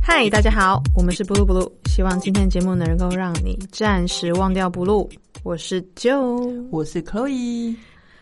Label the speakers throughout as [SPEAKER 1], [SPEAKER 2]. [SPEAKER 1] 嗨，大家好，我们是 Blue Blue，希望今天节目能够让你暂时忘掉 Blue。我是 Joe，
[SPEAKER 2] 我是 Chloe。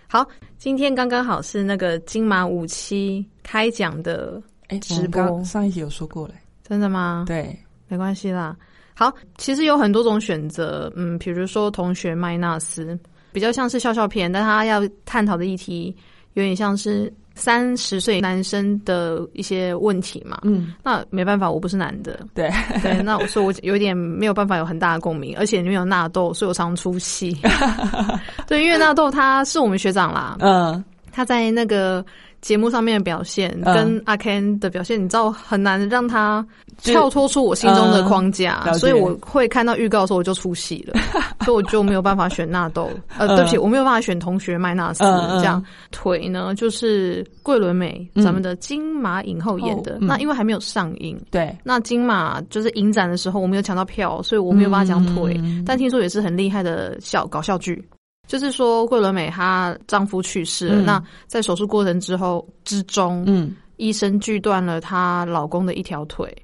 [SPEAKER 1] 好，今天刚刚好是那个金马五期开奖的，
[SPEAKER 2] 哎，
[SPEAKER 1] 直播
[SPEAKER 2] 我们刚上一集有说过嘞，
[SPEAKER 1] 真的吗？，
[SPEAKER 2] 对，
[SPEAKER 1] 没关系啦。好，其实有很多种选择，嗯，比如说同学麦纳斯，比较像是笑笑片，但他要探讨的议题有点像是三十岁男生的一些问题嘛。
[SPEAKER 2] 嗯，
[SPEAKER 1] 那没办法，我不是男的，
[SPEAKER 2] 对
[SPEAKER 1] 对，那我说我有点没有办法有很大的共鸣，而且里面有纳豆，所以我常出 戏。对，因为纳豆他是我们学长啦，
[SPEAKER 2] 嗯，
[SPEAKER 1] 他在那个节目上面的表现、
[SPEAKER 2] 嗯
[SPEAKER 1] 跟阿 Ken 的表现，你知道很难让他
[SPEAKER 2] 就
[SPEAKER 1] 跳脱出我心中的框架，
[SPEAKER 2] 嗯了解
[SPEAKER 1] 所以我会看到预告的时候我就出戏 了，所以我就没有办法选纳豆，呃，
[SPEAKER 2] 嗯
[SPEAKER 1] 对不起，我没有办法选同学麦纳斯、
[SPEAKER 2] 嗯嗯
[SPEAKER 1] 这样。腿呢就是桂纶镁，
[SPEAKER 2] 嗯
[SPEAKER 1] 咱们的金马影后演的，
[SPEAKER 2] 哦嗯
[SPEAKER 1] 那因为还没有上映。
[SPEAKER 2] 对，
[SPEAKER 1] 那金马就是影展的时候，我没有抢到票，所以我没有办法讲腿。
[SPEAKER 2] 嗯
[SPEAKER 1] 但听说也是很厉害的笑搞笑剧，就是说桂纶镁她丈夫去世了，
[SPEAKER 2] 嗯
[SPEAKER 1] 那在手术过程之后之中，
[SPEAKER 2] 嗯，
[SPEAKER 1] 医生锯断了她老公的一条腿。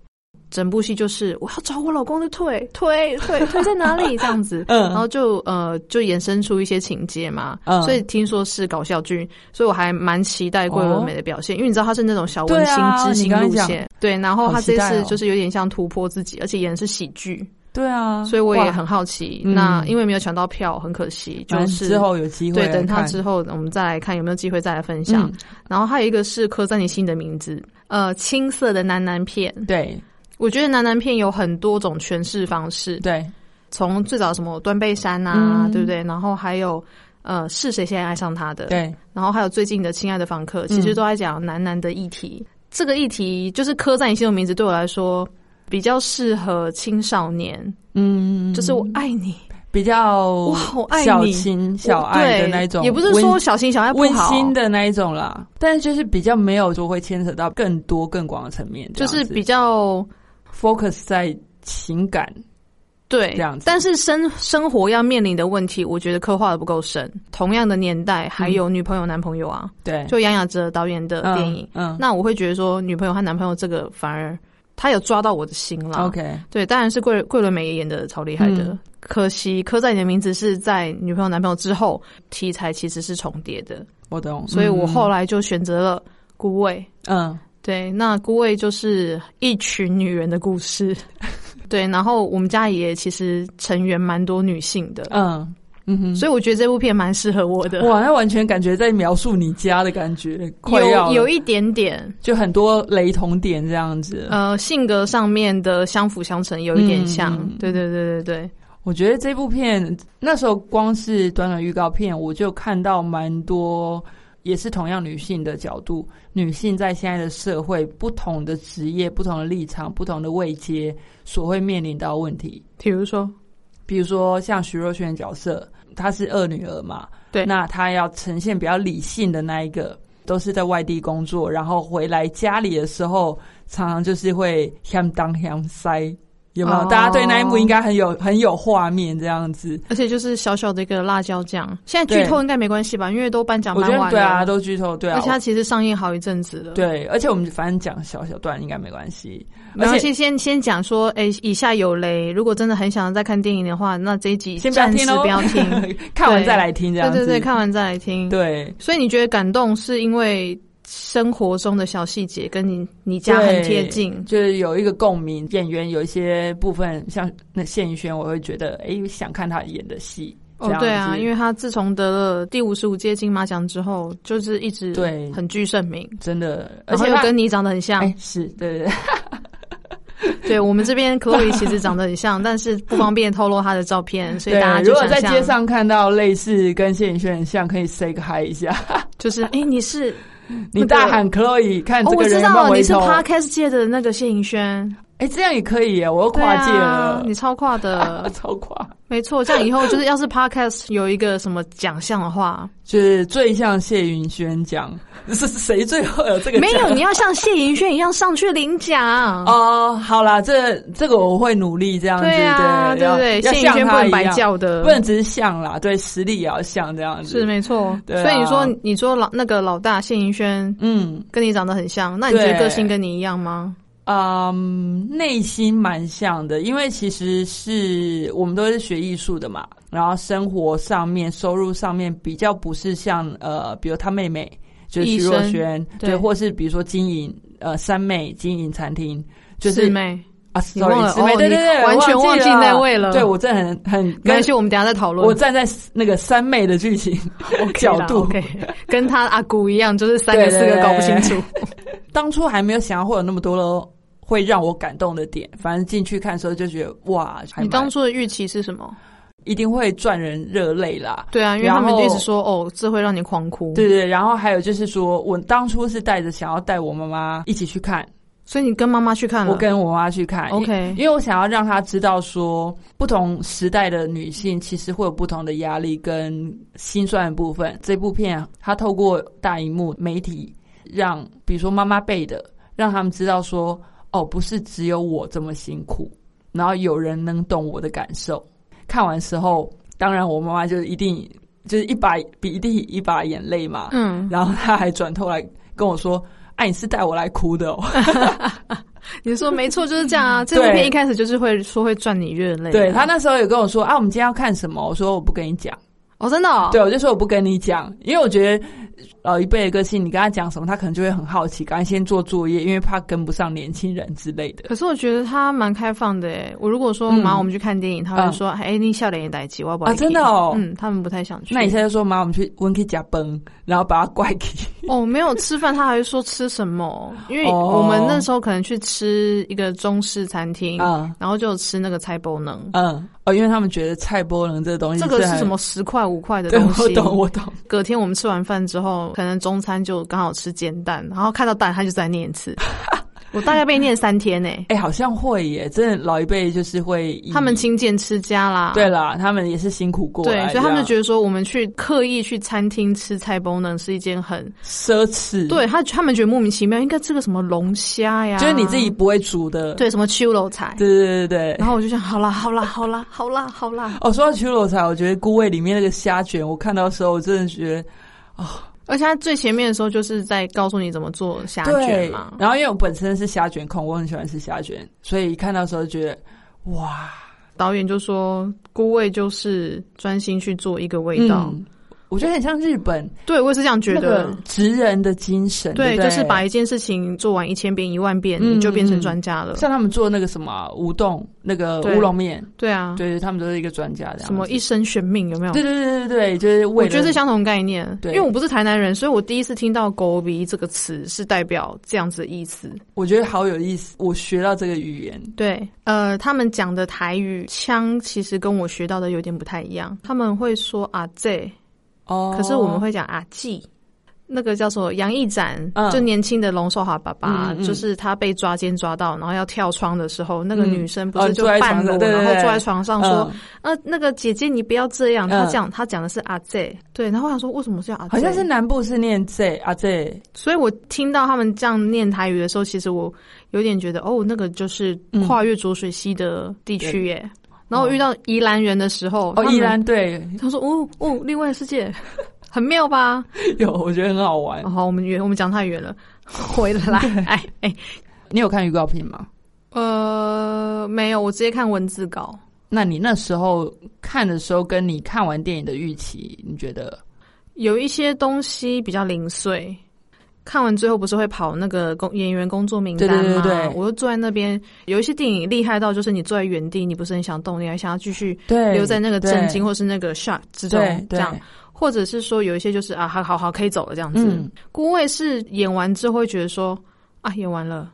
[SPEAKER 1] 整部戏就是我要找我老公的腿，腿腿腿在哪里这样子，
[SPEAKER 2] 嗯
[SPEAKER 1] 然后就呃就衍生出一些情节嘛，
[SPEAKER 2] 嗯
[SPEAKER 1] 所以听说是搞笑剧，所以我还蛮期待桂纶镁的表现，因为你知道她是那种小温馨
[SPEAKER 2] 对啊
[SPEAKER 1] 知
[SPEAKER 2] 你
[SPEAKER 1] 心
[SPEAKER 2] 刚才
[SPEAKER 1] 路
[SPEAKER 2] 讲
[SPEAKER 1] 线，对，然后她
[SPEAKER 2] 好期
[SPEAKER 1] 这
[SPEAKER 2] 待
[SPEAKER 1] 次
[SPEAKER 2] 哦
[SPEAKER 1] 就是有点像突破自己，而且演的是喜剧，
[SPEAKER 2] 对啊，
[SPEAKER 1] 所以我也
[SPEAKER 2] 哇
[SPEAKER 1] 很好奇。
[SPEAKER 2] 嗯
[SPEAKER 1] 那因为没有抢到票，很可惜，就
[SPEAKER 2] 反正
[SPEAKER 1] 是
[SPEAKER 2] 之后有机会
[SPEAKER 1] 对等他
[SPEAKER 2] 他
[SPEAKER 1] 之后，我们再来看有没有机会再来分享。
[SPEAKER 2] 嗯，
[SPEAKER 1] 然后还有一个是刻在你心的名字，呃，青涩的男男片。
[SPEAKER 2] 对
[SPEAKER 1] 我觉得男男片有很多种诠释方式，
[SPEAKER 2] 对，
[SPEAKER 1] 从最早什么端背山啊，
[SPEAKER 2] 嗯
[SPEAKER 1] 对不对？然后还有呃，是谁先爱上他的？
[SPEAKER 2] 对，嗯
[SPEAKER 1] 然后还有最近的《亲爱的房客》，其实都在讲男男的议题。这个议题就是刻在你心的名字，对我来说比较适合青少年，
[SPEAKER 2] 嗯，
[SPEAKER 1] 就是我爱你，
[SPEAKER 2] 比较
[SPEAKER 1] 我好爱
[SPEAKER 2] 小
[SPEAKER 1] 你，
[SPEAKER 2] 情小爱的那一种，
[SPEAKER 1] 对也不是
[SPEAKER 2] 温
[SPEAKER 1] 说小情小爱不
[SPEAKER 2] 温
[SPEAKER 1] 好，
[SPEAKER 2] 馨的那一种啦，但是就是比较没有说会牵扯到更多更广的层面，这
[SPEAKER 1] 就
[SPEAKER 2] 样
[SPEAKER 1] 是
[SPEAKER 2] 子
[SPEAKER 1] 比较
[SPEAKER 2] focus 在情感，
[SPEAKER 1] 对
[SPEAKER 2] 这样子
[SPEAKER 1] 但是生生活要面临的问题，我觉得刻画的不够深。同样的年代，还有女朋友、男朋友啊，
[SPEAKER 2] 嗯对，
[SPEAKER 1] 就杨雅哲导演的
[SPEAKER 2] 嗯
[SPEAKER 1] 电影，，
[SPEAKER 2] 嗯
[SPEAKER 1] 那我会觉得说，女朋友和男朋友这个反而他有抓到我的心了。
[SPEAKER 2] ，OK，
[SPEAKER 1] 对，当然是桂桂纶镁也演的超厉害的，
[SPEAKER 2] 嗯
[SPEAKER 1] 可惜刻在你的名字是在女朋友、男朋友之后，题材其实是重叠的，
[SPEAKER 2] 我懂，
[SPEAKER 1] 所以我
[SPEAKER 2] 嗯
[SPEAKER 1] 后来就选择了孤味。
[SPEAKER 2] 嗯。
[SPEAKER 1] 对，那孤味就是一群女人的故事。 对，然后我们家也其实成员蛮多女性的，
[SPEAKER 2] 嗯嗯哼，
[SPEAKER 1] 所以我觉得这部片蛮适合我的。
[SPEAKER 2] 哇，那完全感觉在描述你家的感觉，快要
[SPEAKER 1] 有
[SPEAKER 2] 了
[SPEAKER 1] 有一点点，
[SPEAKER 2] 就很多雷同点这样子。
[SPEAKER 1] 呃，性格上面的相辅相成，有一点像。
[SPEAKER 2] 嗯嗯嗯嗯
[SPEAKER 1] 对对对对对，
[SPEAKER 2] 我觉得这部片那时候光是短短预告片，我就看到蛮多。也是同样女性的角度，女性在现在的社会，不同的职业、不同的立场、不同的位阶，所会面临到的问题。
[SPEAKER 1] 比如说，
[SPEAKER 2] 比如说像徐若瑄的角色，她是二女儿嘛，
[SPEAKER 1] 对
[SPEAKER 2] 那她要呈现比较理性的那一个，都是在外地工作，然后回来家里的时候，常常就是会相当相塞，有没有
[SPEAKER 1] 哦
[SPEAKER 2] 大家对那一幕应该很有很有画面这样子。
[SPEAKER 1] 而且就是小小的一个辣椒酱，现在剧
[SPEAKER 2] 对
[SPEAKER 1] 透应该没关系吧？因为都颁奖
[SPEAKER 2] 我
[SPEAKER 1] 蛮
[SPEAKER 2] 觉得
[SPEAKER 1] 晚
[SPEAKER 2] 对啊，
[SPEAKER 1] 了，
[SPEAKER 2] 都剧透对
[SPEAKER 1] 而
[SPEAKER 2] 啊
[SPEAKER 1] 且，它其实上映好一阵子了。
[SPEAKER 2] 我。对，而且我们反正讲小小段应该没关系，
[SPEAKER 1] 没
[SPEAKER 2] 而
[SPEAKER 1] 关
[SPEAKER 2] 且
[SPEAKER 1] 系，先先讲说，哎、以下有雷。如果真的很想再看电影的话，那这一集
[SPEAKER 2] 先不要
[SPEAKER 1] 暂时
[SPEAKER 2] 听哦
[SPEAKER 1] 不要听。
[SPEAKER 2] 看完
[SPEAKER 1] 对
[SPEAKER 2] 再来听这
[SPEAKER 1] 对
[SPEAKER 2] 样子。
[SPEAKER 1] 对对，看完再来听。
[SPEAKER 2] 对
[SPEAKER 1] 所以你觉得感动是因为生活中的小细节跟你你家很贴近，
[SPEAKER 2] 就是有一个共鸣。演员有一些部分，像那谢宇轩，我会觉得，哎，想看他演的戏。
[SPEAKER 1] 哦，对啊，因
[SPEAKER 2] 为
[SPEAKER 1] 为他自从得了第五十五届金马奖之后，就是一直
[SPEAKER 2] 对
[SPEAKER 1] 很具盛名，
[SPEAKER 2] 真的，而
[SPEAKER 1] 而
[SPEAKER 2] 且
[SPEAKER 1] 且又
[SPEAKER 2] 他
[SPEAKER 1] 跟你长得很像。
[SPEAKER 2] 哎是对对 对，
[SPEAKER 1] 对我们这 边 Chloe 其实长得很像，但是不方便透露她的照片，所以
[SPEAKER 2] 对
[SPEAKER 1] 大家
[SPEAKER 2] 如
[SPEAKER 1] 就
[SPEAKER 2] 果
[SPEAKER 1] 想
[SPEAKER 2] 在
[SPEAKER 1] 象
[SPEAKER 2] 街上看到类似跟谢宇轩很像，可以 say 个 hi 一下，
[SPEAKER 1] 就是哎、你是
[SPEAKER 2] 你大喊 Chloe，看
[SPEAKER 1] 哦，
[SPEAKER 2] 这
[SPEAKER 1] 我
[SPEAKER 2] 个
[SPEAKER 1] 知
[SPEAKER 2] 人有没
[SPEAKER 1] 道
[SPEAKER 2] 有
[SPEAKER 1] 了，你
[SPEAKER 2] 回
[SPEAKER 1] 是
[SPEAKER 2] 头。
[SPEAKER 1] Podcast 界的那个谢盈萱，
[SPEAKER 2] 哎，这样也可以耶，我又
[SPEAKER 1] 对
[SPEAKER 2] 跨界
[SPEAKER 1] 啊
[SPEAKER 2] 了，，
[SPEAKER 1] 你超跨 的，
[SPEAKER 2] 超跨，
[SPEAKER 1] 没错。这样以后就是要是 Podcast 有一个什么奖项的话，
[SPEAKER 2] 就是最像谢云轩讲， 是是谁最后有 这个
[SPEAKER 1] 没有，
[SPEAKER 2] 奖
[SPEAKER 1] 你要像谢盈萱一样上去领奖。
[SPEAKER 2] 哦，好啦，这这个我会努力这样子，
[SPEAKER 1] 嗯对啊，
[SPEAKER 2] 对
[SPEAKER 1] 对不对？
[SPEAKER 2] 要
[SPEAKER 1] 谢盈
[SPEAKER 2] 像
[SPEAKER 1] 萱不
[SPEAKER 2] 他
[SPEAKER 1] 能
[SPEAKER 2] 一
[SPEAKER 1] 白
[SPEAKER 2] 样，
[SPEAKER 1] 叫的，
[SPEAKER 2] 不能只是像啦，对，实力也要像这样子。
[SPEAKER 1] 是没错。
[SPEAKER 2] 对啊
[SPEAKER 1] 所以你说，你说老那个老大谢盈萱
[SPEAKER 2] 嗯，
[SPEAKER 1] 跟你长得很像，那你觉得
[SPEAKER 2] 对
[SPEAKER 1] 个性跟你一样吗？
[SPEAKER 2] 嗯，内心蛮像的，因为其实是我们都是学艺术的嘛，然后生活上面、收入上面比较不是像呃，比如他妹妹就是徐若瑄，
[SPEAKER 1] 对
[SPEAKER 2] 对，或是比如说经营呃三妹经营餐厅，就
[SPEAKER 1] 四
[SPEAKER 2] 是
[SPEAKER 1] 妹，
[SPEAKER 2] 啊
[SPEAKER 1] 你忘
[SPEAKER 2] ，sorry，
[SPEAKER 1] 了
[SPEAKER 2] 四妹，
[SPEAKER 1] 哦
[SPEAKER 2] 对
[SPEAKER 1] 你
[SPEAKER 2] 对对，
[SPEAKER 1] 完全
[SPEAKER 2] 忘
[SPEAKER 1] 忘记那位了
[SPEAKER 2] 对我真的很很
[SPEAKER 1] 没
[SPEAKER 2] 跟
[SPEAKER 1] 关系，我们等一下再讨论。
[SPEAKER 2] 我站在那个三妹的剧情 角度
[SPEAKER 1] o k 跟他阿姑一样，就是三个
[SPEAKER 2] 对
[SPEAKER 1] 四
[SPEAKER 2] 对
[SPEAKER 1] 个
[SPEAKER 2] 对
[SPEAKER 1] 搞不清楚。
[SPEAKER 2] 当初还没有想到会有那么多的会让我感动的点，反正进去看的时候就觉得哇，还
[SPEAKER 1] 你
[SPEAKER 2] 蛮
[SPEAKER 1] 当初的预期是什么？
[SPEAKER 2] 一定会赚人热泪啦。
[SPEAKER 1] 对啊，因为
[SPEAKER 2] 然
[SPEAKER 1] 他们就一直
[SPEAKER 2] 后
[SPEAKER 1] 说哦，这会让你狂哭。
[SPEAKER 2] 对，对，然后还有就是说，我当初是带着想要带我妈妈一起去看，
[SPEAKER 1] 所以你跟妈妈去看了。
[SPEAKER 2] 我跟我妈妈去看
[SPEAKER 1] 嗯 OK
[SPEAKER 2] 因因为我想要让她知道说，不同时代的女性其实会有不同的压力跟心酸的部分。这部片它透过大荧幕媒体，让比如说妈妈辈的，让他们知道说，哦，不是只有我这么辛苦，然后有人能懂我的感受。看完时候，当然我妈妈就一定就是一把比一定一把眼泪嘛，
[SPEAKER 1] 嗯，
[SPEAKER 2] 然后她还转头来跟我说。哎、你是带我来哭的哦。
[SPEAKER 1] 你说没错，就是这样 啊。这部片一开始就是会说会赚你热泪。
[SPEAKER 2] 对他那时候有跟我说啊，我们今天要看什么？我说我不跟你讲。
[SPEAKER 1] 哦，真的、哦。
[SPEAKER 2] 对，我就说我不跟你讲，因为我觉得老一辈的个性，你跟他讲什么，他可能就会很好奇，赶快先做作业，因为怕跟不上年轻人之类的。
[SPEAKER 1] 可是我觉得他蛮开放的诶，我如果说
[SPEAKER 2] 嗯
[SPEAKER 1] 妈，我们去看电影，他会说：“哎，你笑脸也带起，我要不要
[SPEAKER 2] 啊
[SPEAKER 1] 给你
[SPEAKER 2] 真的哦
[SPEAKER 1] 嗯，他们不太想去。
[SPEAKER 2] 那你现在就说妈，我们去温 K 家崩，然后把他怪起。
[SPEAKER 1] 哦，没有吃饭，他还说吃什么？因为
[SPEAKER 2] 哦
[SPEAKER 1] 我们那时候可能去吃一个中式餐厅，
[SPEAKER 2] 嗯
[SPEAKER 1] 然后就吃那个菜包能，
[SPEAKER 2] 嗯，哦，因为他们觉得菜波能这个东西
[SPEAKER 1] 这个是
[SPEAKER 2] 很
[SPEAKER 1] 什？么十块五块的
[SPEAKER 2] 嗯 对，
[SPEAKER 1] 东
[SPEAKER 2] 我
[SPEAKER 1] 西。
[SPEAKER 2] 懂，我懂。
[SPEAKER 1] 隔天我们吃完饭之后，可能中餐就刚好吃煎蛋，然后看到蛋他就再念一 次。我大概被念三天欸呢、
[SPEAKER 2] 哎、好像会耶，真的老一辈就是会以
[SPEAKER 1] 他们勤俭持家啦，
[SPEAKER 2] 嗯对啦，他们也是辛苦过
[SPEAKER 1] 对
[SPEAKER 2] 来，
[SPEAKER 1] 所以他们就
[SPEAKER 2] 这
[SPEAKER 1] 觉
[SPEAKER 2] 样
[SPEAKER 1] 得说，我们去刻意去餐厅吃菜包呢，是一件很
[SPEAKER 2] 奢侈，，
[SPEAKER 1] 对啊他他们觉得莫名其妙，应该吃个什么龙虾呀，
[SPEAKER 2] 就是你自己不会煮的，
[SPEAKER 1] 对什么秋楼菜。
[SPEAKER 2] 对对对对。
[SPEAKER 1] 然后我就想，好啦，好啦，好啦，好啦，好啦。
[SPEAKER 2] 哦，说到曲肉菜，我觉得菇味里面那个虾卷，我看到的时候，我真的觉得
[SPEAKER 1] 而且他最前面的时候就是在告诉你怎么做虾
[SPEAKER 2] 对
[SPEAKER 1] 卷嘛。。
[SPEAKER 2] 然后因为我本身是虾卷控，我很喜欢吃虾卷，所以一看到的时候就觉得哇，
[SPEAKER 1] 导演就说，菇味就是专心去做一个味道。
[SPEAKER 2] 嗯我觉得很像日本
[SPEAKER 1] 对，我也是这样觉
[SPEAKER 2] 那
[SPEAKER 1] 得。
[SPEAKER 2] 个职人的精神，对
[SPEAKER 1] 对，
[SPEAKER 2] 不对，
[SPEAKER 1] 就是把一件事情做完一千遍、一万遍，
[SPEAKER 2] 嗯
[SPEAKER 1] 你就变成专家了。
[SPEAKER 2] 像他们做那个什么乌冬、那个
[SPEAKER 1] 对
[SPEAKER 2] 乌龙面，
[SPEAKER 1] 对啊，
[SPEAKER 2] 对，他们都是一个专家这样子。
[SPEAKER 1] 什么一生悬命有没有？
[SPEAKER 2] 对对对对对，就是为
[SPEAKER 1] 我
[SPEAKER 2] 了
[SPEAKER 1] 觉得是相同概念，因
[SPEAKER 2] 对
[SPEAKER 1] 为我不是台南人，所以我第一次听到“狗鼻”这个词是代表这样子的意思。
[SPEAKER 2] 我觉得好有意思，我学到这个语言，
[SPEAKER 1] 对，呃，他们讲的台语腔其实跟我学到的有点不太一样，他们会说“阿这”，
[SPEAKER 2] 哦，
[SPEAKER 1] 可是我们会讲“阿记”。那个叫做杨义展，
[SPEAKER 2] 嗯
[SPEAKER 1] 就年轻的龙寿华爸爸，
[SPEAKER 2] 嗯嗯
[SPEAKER 1] 就是他被抓奸抓到，然后要跳窗的时候，那个
[SPEAKER 2] 嗯
[SPEAKER 1] 女生不
[SPEAKER 2] 哦
[SPEAKER 1] 是就
[SPEAKER 2] 坐在
[SPEAKER 1] 半
[SPEAKER 2] 床
[SPEAKER 1] 裸，
[SPEAKER 2] 上对对
[SPEAKER 1] 然后
[SPEAKER 2] 对
[SPEAKER 1] 坐在床上说：“
[SPEAKER 2] 嗯
[SPEAKER 1] 呃，那个姐姐，你不要这样。”他
[SPEAKER 2] 嗯
[SPEAKER 1] 讲他讲的是阿 Z，对。然后我想说，为什么是阿 Z？
[SPEAKER 2] 好像是南部是念 Z 啊 Z，
[SPEAKER 1] 所以我听到他们这样念台语的时候，其实我有点觉得，哦，那个就是跨越浊水溪的地区耶。然后我遇到宜兰人的时候，他
[SPEAKER 2] 哦，
[SPEAKER 1] 们
[SPEAKER 2] 依然对，
[SPEAKER 1] 他说，哦哦，另外的世界，很妙 吧？
[SPEAKER 2] 有，我觉得很好玩
[SPEAKER 1] 哦。好，我们远，我们讲太远了， 回来，哎哎，
[SPEAKER 2] 你有看预告片吗？
[SPEAKER 1] 呃，没有，我直接看文字稿。
[SPEAKER 2] 那你那时候看的时候，跟你看完电影的预期，你觉得？
[SPEAKER 1] 有一些东西比较零碎，看完最后不是会跑那个工演员工作名单吗？
[SPEAKER 2] 对对对对
[SPEAKER 1] 我就坐在那边。有一些电影厉害到，就是你坐在原地，你不是很想动，你还想要继续
[SPEAKER 2] 对
[SPEAKER 1] 留在那个震惊或是那个 shock 之中
[SPEAKER 2] 对，
[SPEAKER 1] 这
[SPEAKER 2] 对，
[SPEAKER 1] 样，或者是说有一些就是啊，好好好，可以走了这样子。
[SPEAKER 2] 嗯，
[SPEAKER 1] 顾魏是演完之后会觉得说啊，演完了，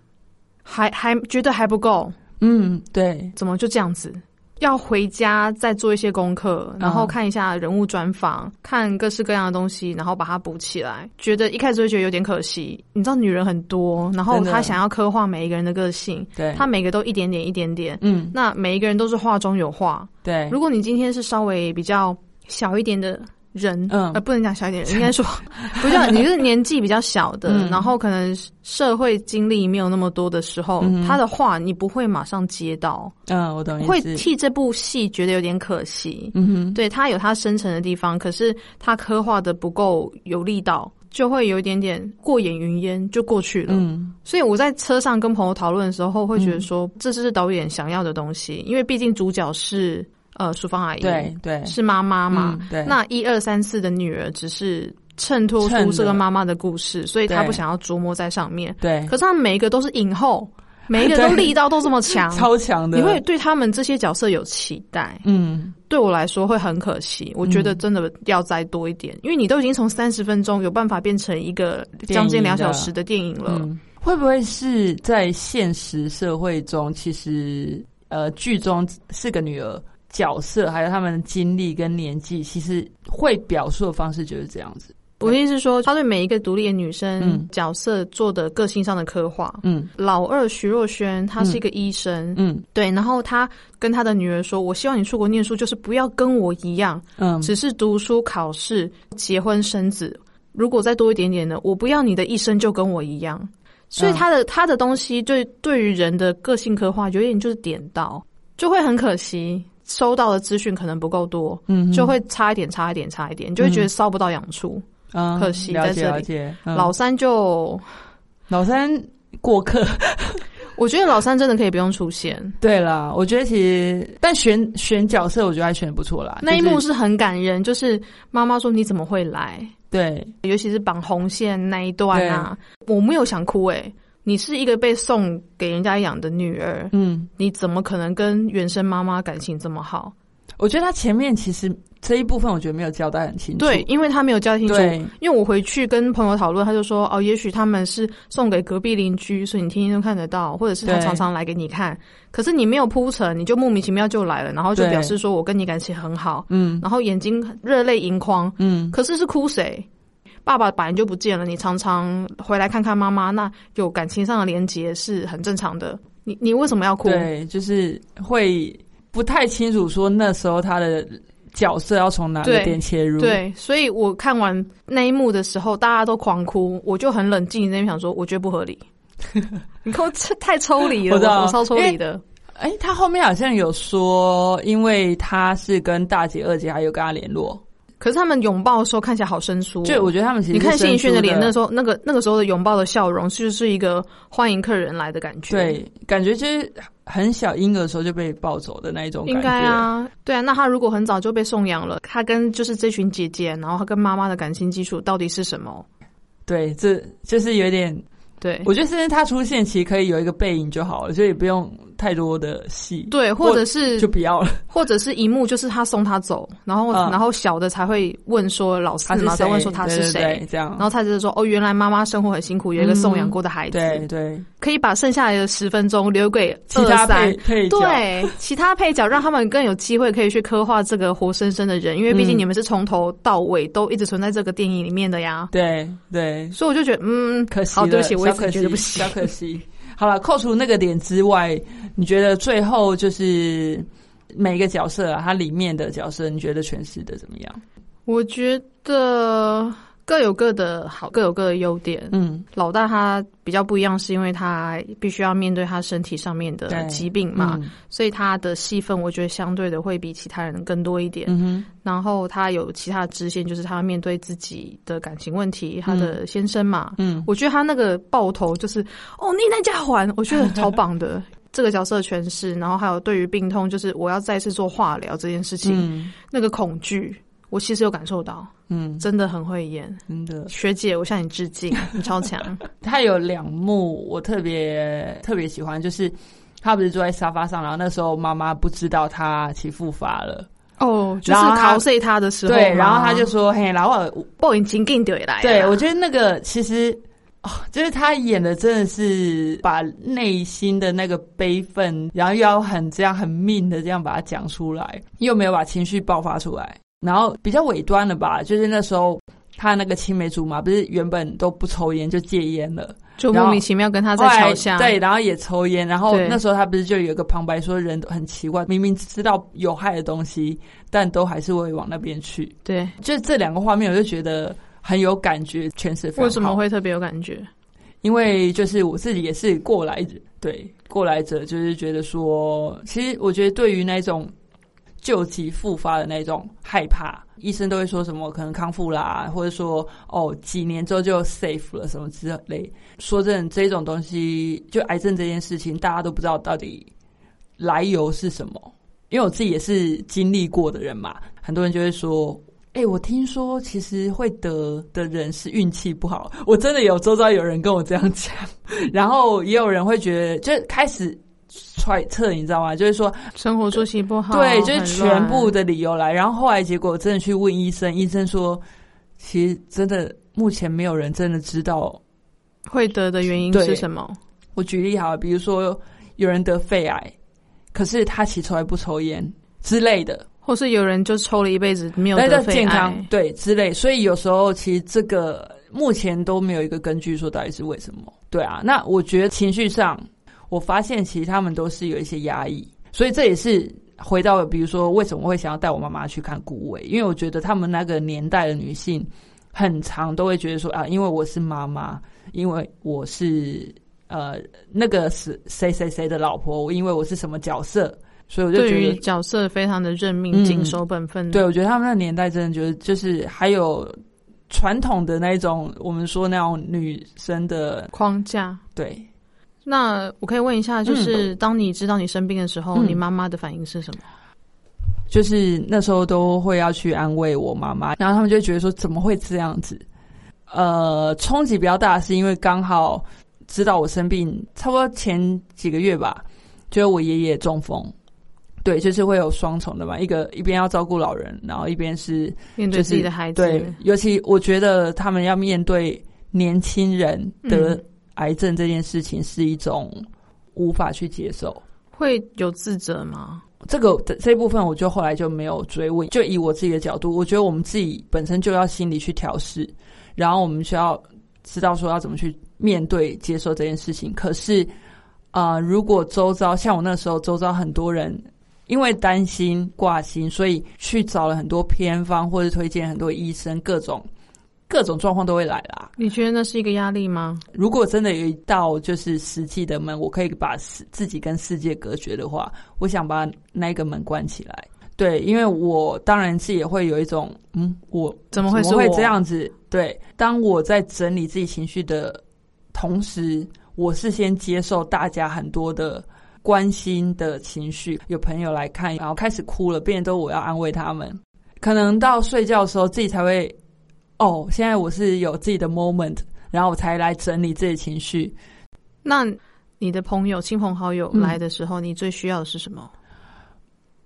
[SPEAKER 1] 还还觉得还不够，
[SPEAKER 2] 嗯，对，
[SPEAKER 1] 怎么就这样子？要回家再做一些功课，然
[SPEAKER 2] 嗯
[SPEAKER 1] 后看一下人物专访，看各式各样的东西，然后把它补起来。觉得一开始会觉得有点可惜，你知道女人很多，然后
[SPEAKER 2] 真的
[SPEAKER 1] 她想要刻画每一个人的个性，
[SPEAKER 2] 对，
[SPEAKER 1] 她每个都一点点一点点。
[SPEAKER 2] 嗯，
[SPEAKER 1] 那每一个人都是画中有画。
[SPEAKER 2] 对，
[SPEAKER 1] 如果你今天是稍微比较小一点的人，
[SPEAKER 2] 嗯
[SPEAKER 1] 呃，不能讲小一 点人，应该说不叫 你是年纪比较小的，
[SPEAKER 2] 嗯
[SPEAKER 1] 然后可能社会经历没有那么多的时候，
[SPEAKER 2] 嗯哼
[SPEAKER 1] 他的画你不会马上接到。
[SPEAKER 2] 嗯，我懂意
[SPEAKER 1] 会
[SPEAKER 2] 思，
[SPEAKER 1] 替这部戏觉得有点可惜。
[SPEAKER 2] 嗯哼，
[SPEAKER 1] 对他有他深沉的地方，可是他刻画的不够有力道。就会有一点点过眼云烟就过去了。
[SPEAKER 2] 嗯，
[SPEAKER 1] 所以我在车上跟朋友讨论的时候，会觉得说、这是导演想要的东西，因为毕竟主角是呃淑芳阿姨，
[SPEAKER 2] 对对，
[SPEAKER 1] 是妈妈嘛。
[SPEAKER 2] 嗯对，
[SPEAKER 1] 那一二三四的女儿只是衬托
[SPEAKER 2] 衬
[SPEAKER 1] 出
[SPEAKER 2] 的
[SPEAKER 1] 这个妈妈的故事，所以她
[SPEAKER 2] 对
[SPEAKER 1] 不想要琢磨在上面。
[SPEAKER 2] 对
[SPEAKER 1] 可是她们每一个都是影后，每一个都
[SPEAKER 2] 对，
[SPEAKER 1] 力道都这么强
[SPEAKER 2] 超强的，
[SPEAKER 1] 你会对他们这些角色有期待。
[SPEAKER 2] 嗯
[SPEAKER 1] 对我来说会很可惜，我觉得真的要再多一点，因为你都已经从三十分钟有办法变成一个将近两小时的电影了。
[SPEAKER 2] 嗯，会不会是在现实社会中，其实呃剧中四个女儿角色还有他们的经历跟年纪，其实会表述的方式就是这样子，
[SPEAKER 1] 我的意思是说，他对每一个独立的女生
[SPEAKER 2] 嗯
[SPEAKER 1] 角色做的个性上的刻画。
[SPEAKER 2] 嗯
[SPEAKER 1] 老二徐若瑄，她是一个医生，
[SPEAKER 2] 嗯
[SPEAKER 1] 对，然后她跟她的女儿说：“我希望你出国念书，就是不要跟我一样，
[SPEAKER 2] 嗯，
[SPEAKER 1] 只是读书、考试、结婚、生子。如果再多一点点呢，我不要你的一生就跟我一样。所以
[SPEAKER 2] 嗯
[SPEAKER 1] 他的、他的东西对对于人的个性刻画，有点就是点到，就会很可惜，收到的资讯可能不够多，
[SPEAKER 2] 嗯
[SPEAKER 1] 就会差一点、差一点、差一点，你就会觉得烧不到痒处。
[SPEAKER 2] 嗯
[SPEAKER 1] 可惜
[SPEAKER 2] 了
[SPEAKER 1] 在
[SPEAKER 2] 解
[SPEAKER 1] 这里
[SPEAKER 2] 了解，嗯
[SPEAKER 1] 老三就，
[SPEAKER 2] 老三过客。
[SPEAKER 1] 我觉得老三真的可以不用出现，
[SPEAKER 2] 对啦，我觉得其实但选选角色，我觉得还选得不错啦，
[SPEAKER 1] 那一
[SPEAKER 2] 啊就
[SPEAKER 1] 幕
[SPEAKER 2] 是
[SPEAKER 1] 是很感人，就是妈妈说你怎么会来，
[SPEAKER 2] 对
[SPEAKER 1] 尤其是绑红线那一段啊，我没有想哭诶、欸你是一个被送给人家养的女儿，
[SPEAKER 2] 嗯。
[SPEAKER 1] 你怎么可能跟原生妈妈感情这么好？
[SPEAKER 2] 我觉得他前面其实这一部分，我觉得没有交代很清楚。
[SPEAKER 1] 对，因为她没有交清楚。
[SPEAKER 2] 对，
[SPEAKER 1] 因为我回去跟朋友讨论，他就说哦，也许他们是送给隔壁邻居，所以你天天都看得到，或者是他
[SPEAKER 2] 对
[SPEAKER 1] 常常来给你看。可是你没有铺陈，你就莫名其妙就来了，然后就
[SPEAKER 2] 对
[SPEAKER 1] 表示说我跟你感情很好，
[SPEAKER 2] 嗯
[SPEAKER 1] 然后眼睛热泪盈眶，
[SPEAKER 2] 嗯，
[SPEAKER 1] 可是是哭谁？爸爸本来就不见了，你常常回来看看妈妈，那有感情上的连结是很正常的。你你为什么要哭？
[SPEAKER 2] 对，就是会不太清楚说那时候他的角色要从哪个
[SPEAKER 1] 对
[SPEAKER 2] 点切入。，
[SPEAKER 1] 对所以我看完那一幕的时候，大家都狂哭，我就很冷静，在那边想说，我觉得不 合理。你看我这太抽离了，
[SPEAKER 2] 我知道
[SPEAKER 1] 我超抽离的。
[SPEAKER 2] 哎，他后面好像有说，因为他是跟大姐、二姐还有跟他联络，
[SPEAKER 1] 可是他们拥抱的时候看起来好生疏、哦，
[SPEAKER 2] 就我觉得他们其实
[SPEAKER 1] 你看
[SPEAKER 2] 是
[SPEAKER 1] 谢
[SPEAKER 2] 生
[SPEAKER 1] 颖轩
[SPEAKER 2] 疏
[SPEAKER 1] 的
[SPEAKER 2] 的
[SPEAKER 1] 脸，那时候那个那个时候的拥抱的笑容，就是一个欢迎客人来的感觉。，
[SPEAKER 2] 对，感觉就是很小婴儿的时候就被抱走的那一种感觉。
[SPEAKER 1] 应该啊，对啊。那他如果很早就被送养了，他跟就是这群姐姐，然后他跟妈妈的感情基础到底是什么？
[SPEAKER 2] 对，这就是有点，
[SPEAKER 1] 对，
[SPEAKER 2] 我觉得甚至他出现其实可以有一个背影就好了，就也不用太多的戏，
[SPEAKER 1] 对，或者是
[SPEAKER 2] 就不要了。
[SPEAKER 1] 或者是一幕就是他送他走，然后、
[SPEAKER 2] 嗯
[SPEAKER 1] 然后小的才会问说老四
[SPEAKER 2] 他是
[SPEAKER 1] 嘛，才
[SPEAKER 2] 谁？
[SPEAKER 1] 问说他是
[SPEAKER 2] 对
[SPEAKER 1] 谁。
[SPEAKER 2] 对对这样
[SPEAKER 1] 然。后才知道说，哦，原来妈妈生活很辛苦，有一个送养过的孩子，
[SPEAKER 2] 对对，
[SPEAKER 1] 可以把剩下来的十分钟留给
[SPEAKER 2] 其他
[SPEAKER 1] 二三
[SPEAKER 2] 配配角
[SPEAKER 1] 对其他配角，让他们更有机会可以去刻画这个活生生的人，因为毕竟
[SPEAKER 2] 嗯
[SPEAKER 1] 你们是从头到尾都一直存在这个电影里面的呀。
[SPEAKER 2] 对对，
[SPEAKER 1] 所以我就觉得，嗯，
[SPEAKER 2] 可惜
[SPEAKER 1] 好，
[SPEAKER 2] 了，
[SPEAKER 1] 对不起，我一
[SPEAKER 2] 小可
[SPEAKER 1] 直觉
[SPEAKER 2] 惜，
[SPEAKER 1] 得不行
[SPEAKER 2] 小。可惜。好了，扣除那个点之外，你觉得最后就是嗯每一个角色啊，它里面的角色，你觉得诠释的怎么样？
[SPEAKER 1] 我觉得各有各的好，各有各的优点。
[SPEAKER 2] 嗯
[SPEAKER 1] 老大他比较不一样，是因为他必须要面对他身体上面的
[SPEAKER 2] 对
[SPEAKER 1] 疾病嘛，
[SPEAKER 2] 嗯
[SPEAKER 1] 所以他的戏份我觉得相对的会比其他人更多一点。
[SPEAKER 2] 嗯哼，
[SPEAKER 1] 然后他有其他的支线，就是他面对自己的感情问题，他的先生嘛，
[SPEAKER 2] 嗯
[SPEAKER 1] 我觉得他那个爆头就是哦，你那家还，我觉得超棒 的这个角色诠释。然后还有对于病痛，就是我要再次做化疗这件事情，
[SPEAKER 2] 嗯
[SPEAKER 1] 那个恐惧，我其实有感受到，
[SPEAKER 2] 嗯，
[SPEAKER 1] 真的很会演。
[SPEAKER 2] 真的，
[SPEAKER 1] 学姐，我向你致敬，你超强。
[SPEAKER 2] 他有两幕我特别特别喜欢，就是他不是坐在沙发上，然后那时候妈妈不知道他起复发了，
[SPEAKER 1] 哦，就是
[SPEAKER 2] 然后他
[SPEAKER 1] 考碎他的时候嘛，
[SPEAKER 2] 对，然后他就说：“嘿，然后我
[SPEAKER 1] 报引金定怼来啊，
[SPEAKER 2] 对，我觉得那个其实哦，就是他演的真的是把内心的那个悲愤，然后又要很这样很命的这样把它讲出来，又没有把情绪爆发出来，然后比较尾端了吧，就是那时候。他那个青梅竹马不是原本都不抽烟就戒烟了，
[SPEAKER 1] 就莫名其妙跟他
[SPEAKER 2] 他
[SPEAKER 1] 哦在桥下，
[SPEAKER 2] 对，然后也抽烟，然后
[SPEAKER 1] 对
[SPEAKER 2] 那时候他不是就有一个旁白说人都很奇怪，明明知道有害的东西，但都还是会往那边去。
[SPEAKER 1] 对，
[SPEAKER 2] 就这两个画面，我就觉得很有感觉，诠释得非常好
[SPEAKER 1] 为什么？会特别有感觉？
[SPEAKER 2] 因为就是我自己也是过来人，对过来者，就是觉得说，其实我觉得对于那种旧疾复发的那种害怕。医生都会说什么可能康复啦，或者说哦几年之后就 safe 了什么之类。说真的，这种东西就癌症这件事情，大家都不知道到底来由是什么。因为我自己也是经历过的人嘛，很多人就会说。哎、我听说其实会得的人是运气不好，我真的有周遭有人跟我这样讲，然后也有人会觉得，就是开始揣测，你知道吗？就是说，
[SPEAKER 1] 生活作息不好，
[SPEAKER 2] 对，就是
[SPEAKER 1] 哦很乱
[SPEAKER 2] 全部的理由来。然后后来结果真的去问医生，医生说，其实真的目前没有人真的知道。
[SPEAKER 1] 会得的原因
[SPEAKER 2] 对
[SPEAKER 1] 是什么？
[SPEAKER 2] 我举例好了，比如说有人得肺癌，可是他其实从来不抽烟之类的，
[SPEAKER 1] 或是有人就抽了一辈子没有
[SPEAKER 2] 那
[SPEAKER 1] 得
[SPEAKER 2] 叫
[SPEAKER 1] 肺癌，
[SPEAKER 2] 健康对之类。所以有时候其实这个目前都没有一个根据说到底是为什么。对啊，那我觉得情绪上，我发现其实他们都是有一些压抑，所以这也是。回到比如说，为什么会想要带我妈妈去看顾伟？因为我觉得他们那个年代的女性，很常都会觉得说啊，因为我是妈妈，因为我是呃那个是谁谁谁的老婆，因为我是什么角色，所以我就
[SPEAKER 1] 对
[SPEAKER 2] 觉得
[SPEAKER 1] 于角色非常的认
[SPEAKER 2] 嗯
[SPEAKER 1] 命，谨守本分。
[SPEAKER 2] 对，我觉得他们那个年代真的觉得，就是还有传统的那一种，我们说那种女生的，
[SPEAKER 1] 框架。
[SPEAKER 2] 对，
[SPEAKER 1] 那我可以问一下，就是当你知道你生病的时候，
[SPEAKER 2] 嗯
[SPEAKER 1] 你妈妈的反应是什么？
[SPEAKER 2] 就是那时候都会要去安慰我妈妈，然后他们就会觉得说怎么会这样子？呃，冲击比较大，是因为刚好知道我生病，差不多前几个月吧，就是我爷爷中风。对，就是会有双重的嘛，一个一边要照顾老人，然后一边是
[SPEAKER 1] 面对自己的孩子，
[SPEAKER 2] 对，尤其我觉得他们要面对年轻人得
[SPEAKER 1] 嗯
[SPEAKER 2] 癌症这件事情，是一种无法去接受。
[SPEAKER 1] 会有自责吗？
[SPEAKER 2] 这个这这部分，我就后来就没有追问。就以我自己的角度，我觉得我们自己本身就要心理去调试，然后我们需要知道说要怎么去面对、接受这件事情。可是，啊，如果周遭像我那时候，周遭很多人因为担心、挂心，所以去找了很多偏方，或者推荐很多医生，各种各种状况都会来啦。
[SPEAKER 1] 你觉得那是一个压力吗？
[SPEAKER 2] 如果真的有一道就是实际的门，我可以把世自己跟世界隔绝的话，我想把那个门关起来。对，因为我当然是也会有一种，嗯，我
[SPEAKER 1] 怎么
[SPEAKER 2] 怎
[SPEAKER 1] 会
[SPEAKER 2] 么
[SPEAKER 1] 是
[SPEAKER 2] 会
[SPEAKER 1] 我
[SPEAKER 2] 这？样子？对，当我在整理自己情绪的同时，我是先接受大家很多的关心的情绪，有朋友来看，然后开始哭了，变成都我要安慰他们。可能到睡觉的时候，自己才会，哦，现在我是有自己的 moment，然后我才来整理自己情绪。
[SPEAKER 1] 那你的朋友、亲朋好友
[SPEAKER 2] 嗯
[SPEAKER 1] 来的时候，你最需要的是什么？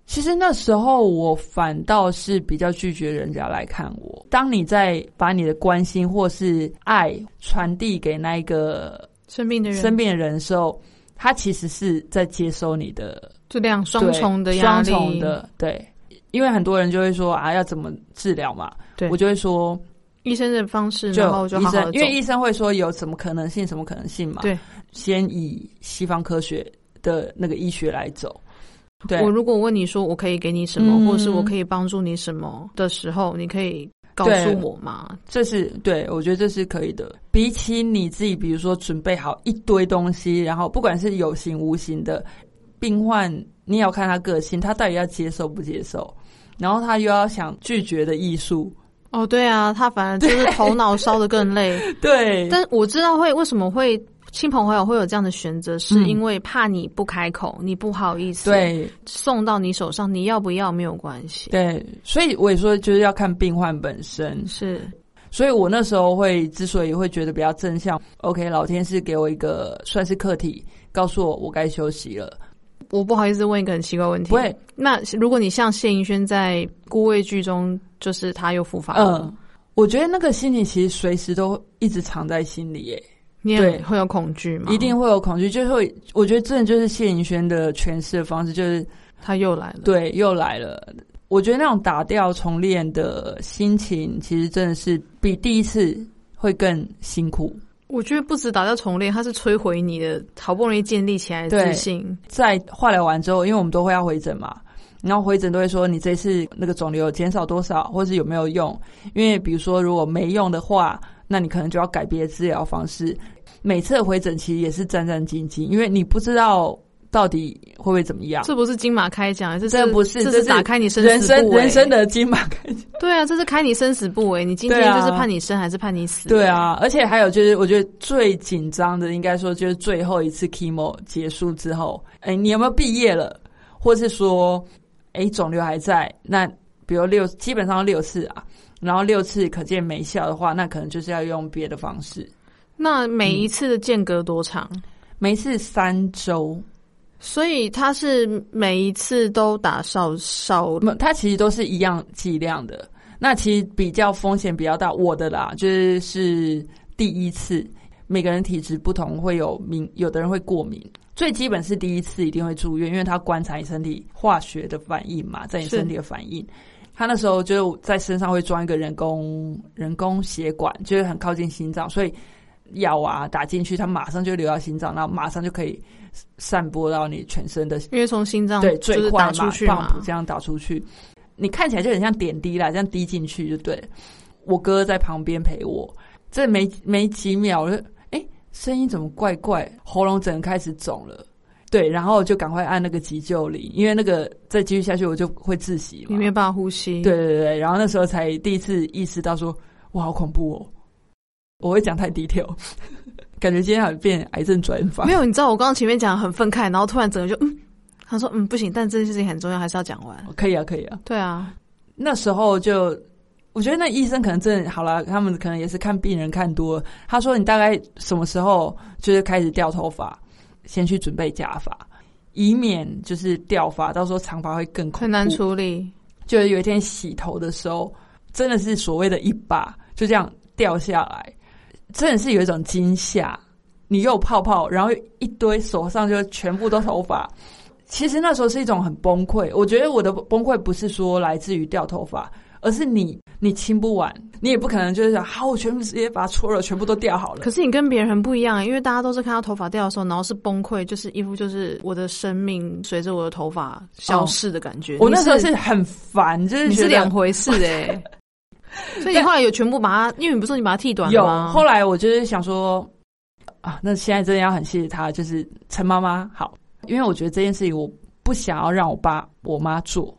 [SPEAKER 2] 其实那时候我反倒是比较拒绝人家来看我。当你在把你的关心或是爱传递给那一个
[SPEAKER 1] 生病的人，
[SPEAKER 2] 生病的人的时候，他其实是在接收你的
[SPEAKER 1] 这两双重的
[SPEAKER 2] 对
[SPEAKER 1] 压
[SPEAKER 2] 双
[SPEAKER 1] 力，
[SPEAKER 2] 重的对。因为很多人就会说啊，要怎么治疗嘛？
[SPEAKER 1] 对
[SPEAKER 2] 我就会说，
[SPEAKER 1] 医生的方式，
[SPEAKER 2] 就
[SPEAKER 1] 然后就
[SPEAKER 2] 医
[SPEAKER 1] 好好
[SPEAKER 2] 生
[SPEAKER 1] 的，
[SPEAKER 2] 因为医生会说有什么可能性，什么可能性嘛。
[SPEAKER 1] 对，
[SPEAKER 2] 先以西方科学的那个医学来走。对，
[SPEAKER 1] 我如果问你说我可以给你什么，
[SPEAKER 2] 嗯
[SPEAKER 1] 或者是我可以帮助你什么的时候，你可以告
[SPEAKER 2] 对
[SPEAKER 1] 诉我吗？
[SPEAKER 2] 这是对，我觉得这是可以的。比起你自己，比如说准备好一堆东西，然后不管是有形无形的，病患你也要看他个性，他到底要接受不接受，然后他又要想拒绝的艺术。
[SPEAKER 1] 哦，对啊，他反而就是头脑烧得更累。
[SPEAKER 2] 对，
[SPEAKER 1] 但我知道会为什么会亲朋好友会有这样的选择，是
[SPEAKER 2] 嗯
[SPEAKER 1] 因为怕你不开口，你不好意思，，
[SPEAKER 2] 对
[SPEAKER 1] 送到你手上，你要不要没有关系，
[SPEAKER 2] 对，所以我也说就是要看病患本身。
[SPEAKER 1] 是
[SPEAKER 2] 所以我那时候会之所以会觉得比较正向，OK，老天是给我一个算是课题，告诉我我该休息了。
[SPEAKER 1] 我不好意思问一个很奇怪的问题。
[SPEAKER 2] 不会，
[SPEAKER 1] 那如果你像谢盈萱在《孤味》剧中，就是她又复发了，
[SPEAKER 2] 嗯，我觉得那个心情其实随时都一直藏在心里耶。
[SPEAKER 1] 你也
[SPEAKER 2] 对
[SPEAKER 1] 会有恐惧吗？
[SPEAKER 2] 一定会有恐惧，就是会，我觉得真的就是谢颖轩的诠释的方式，就是
[SPEAKER 1] 她又来了。
[SPEAKER 2] 对又来了。我觉得那种打掉重练的心情，其实真的是比第一次会更辛苦。
[SPEAKER 1] 我觉得不止打掉重练，它是摧毁你的好不容易建立起来的
[SPEAKER 2] 对
[SPEAKER 1] 自信。
[SPEAKER 2] 在化疗完之后，因为我们都会要回诊嘛，然后回诊都会说你这次那个肿瘤减少多少，或是有没有用。因为比如说如果没用的话，那你可能就要改变治疗方式。每次的回诊其实也是战战兢兢，因为你不知道到底会不会怎么样？
[SPEAKER 1] 这不是金马开奖，这是
[SPEAKER 2] 这不是
[SPEAKER 1] 这
[SPEAKER 2] 这
[SPEAKER 1] 是
[SPEAKER 2] 是
[SPEAKER 1] 打开你生
[SPEAKER 2] 人
[SPEAKER 1] 死
[SPEAKER 2] 生
[SPEAKER 1] 部位
[SPEAKER 2] 人生的金马开奖。
[SPEAKER 1] 对啊，这是开你生死部位，你今天
[SPEAKER 2] 对啊
[SPEAKER 1] 就是判你生还是判你死？
[SPEAKER 2] 对，啊，而且还有就是，我觉得最紧张的，应该说就是最后一次 chemo 结束之后，哎，你有没有毕业了？或是说，哎，肿瘤还在？那比如六，基本上六次啊，然后六次可见没效的话，那可能就是要用别的方式。
[SPEAKER 1] 那每一次的间隔多长？
[SPEAKER 2] 嗯每次三周，
[SPEAKER 1] 所以他是每一次都打少少
[SPEAKER 2] 没有它其实都是一样剂量的。那其实比较风险比较大，我的啦，就是是第一次，每个人体质不同，会有敏，有的人会过敏。最基本是第一次一定会住院，因为他观察你身体化学的反应嘛，在你
[SPEAKER 1] 是
[SPEAKER 2] 身体的反应。他那时候就在身上会装一个人工人工血管，就是很靠近心脏，所以药啊打进去，它马上就流到心脏，然后马上就可以散播到你全身的
[SPEAKER 1] 因为从心脏
[SPEAKER 2] 对，
[SPEAKER 1] 就
[SPEAKER 2] 最
[SPEAKER 1] 是
[SPEAKER 2] 快
[SPEAKER 1] 打
[SPEAKER 2] 嘛，
[SPEAKER 1] 出去
[SPEAKER 2] 棒
[SPEAKER 1] 嘛
[SPEAKER 2] 谱，这样打出去，你看起来就很像点滴啦，这样滴进去就对了。我哥在旁边陪我，这没没几秒，我就哎，声音怎么怪怪，喉咙整个开始肿了。对，然后就赶快按那个急救铃，因为那个再继续下去我就会窒息
[SPEAKER 1] 你
[SPEAKER 2] 嘛
[SPEAKER 1] 没。有办法呼吸。
[SPEAKER 2] 对，对对对，然后那时候才第一次意识到说，哇，好恐怖哦！我会讲太 detail，感觉今天好像变癌症专访
[SPEAKER 1] 没。有，你知道我刚刚前面讲很愤慨，然后突然整个就嗯，他说嗯不行，但这件事情很重要，还是要讲完。
[SPEAKER 2] 可以啊，可以啊。
[SPEAKER 1] 对啊，
[SPEAKER 2] 那时候就，我觉得那医生可能真的好了，他们可能也是看病人看多了。他说你大概什么时候就是开始掉头发，先去准备假发，以免就是掉发，到时候长发会更恐怖
[SPEAKER 1] 很难。处理。
[SPEAKER 2] 就是有一天洗头的时候，真的是所谓的一把就这样掉下来，真的是有一种惊吓。你又有泡泡，然后一堆手上就全部都头发。其实那时候是一种很崩溃。我觉得我的崩溃不是说来自于掉头发，而是你你清不完，你也不可能就是想好，我全部直接把它搓了，全部都掉好了
[SPEAKER 1] 可。是你跟别人很不一样，因为大家都是看到头发掉的时候，然后是崩溃，就是一副就是我的生命随着我的头发消逝的感觉。
[SPEAKER 2] 我那时候
[SPEAKER 1] 你
[SPEAKER 2] 是很烦，就是
[SPEAKER 1] 你是
[SPEAKER 2] 觉得
[SPEAKER 1] 两回事哎、 所以你后来有全部把它，因为你不是说你把它剃短了
[SPEAKER 2] 有，
[SPEAKER 1] 吗？
[SPEAKER 2] 后来我就是想说，啊，那现在真的要很谢谢他，就是陈妈妈好，因为我觉得这件事情我不想要让我爸我妈做，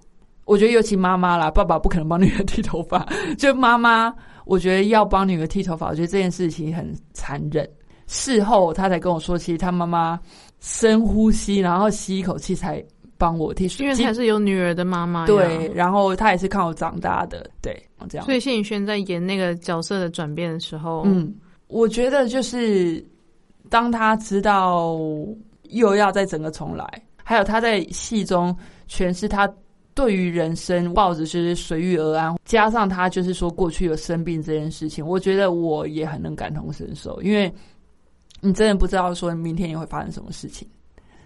[SPEAKER 2] 我觉得尤其妈妈啦，爸爸不可能帮女儿剃头发， 就妈妈，我觉得要帮女儿剃头发，我觉得这件事情很残忍。事后他才跟我说，其实他妈妈深呼吸，然后吸一口气才帮我剃，
[SPEAKER 1] 因为她也是有女儿的妈妈呀，
[SPEAKER 2] 对，然后他也是看我长大的，对，这样
[SPEAKER 1] 所。以谢颖轩在演那个角色的转变的时候，嗯，
[SPEAKER 2] 嗯，我觉得就是当他知道又要再整个重来，还有他在戏中诠释他对于人生抱着就是随遇而安，加上他就是说过去有生病这件事情，我觉得我也很能感同身受，因为你真的不知道说明天你会发生什么事情，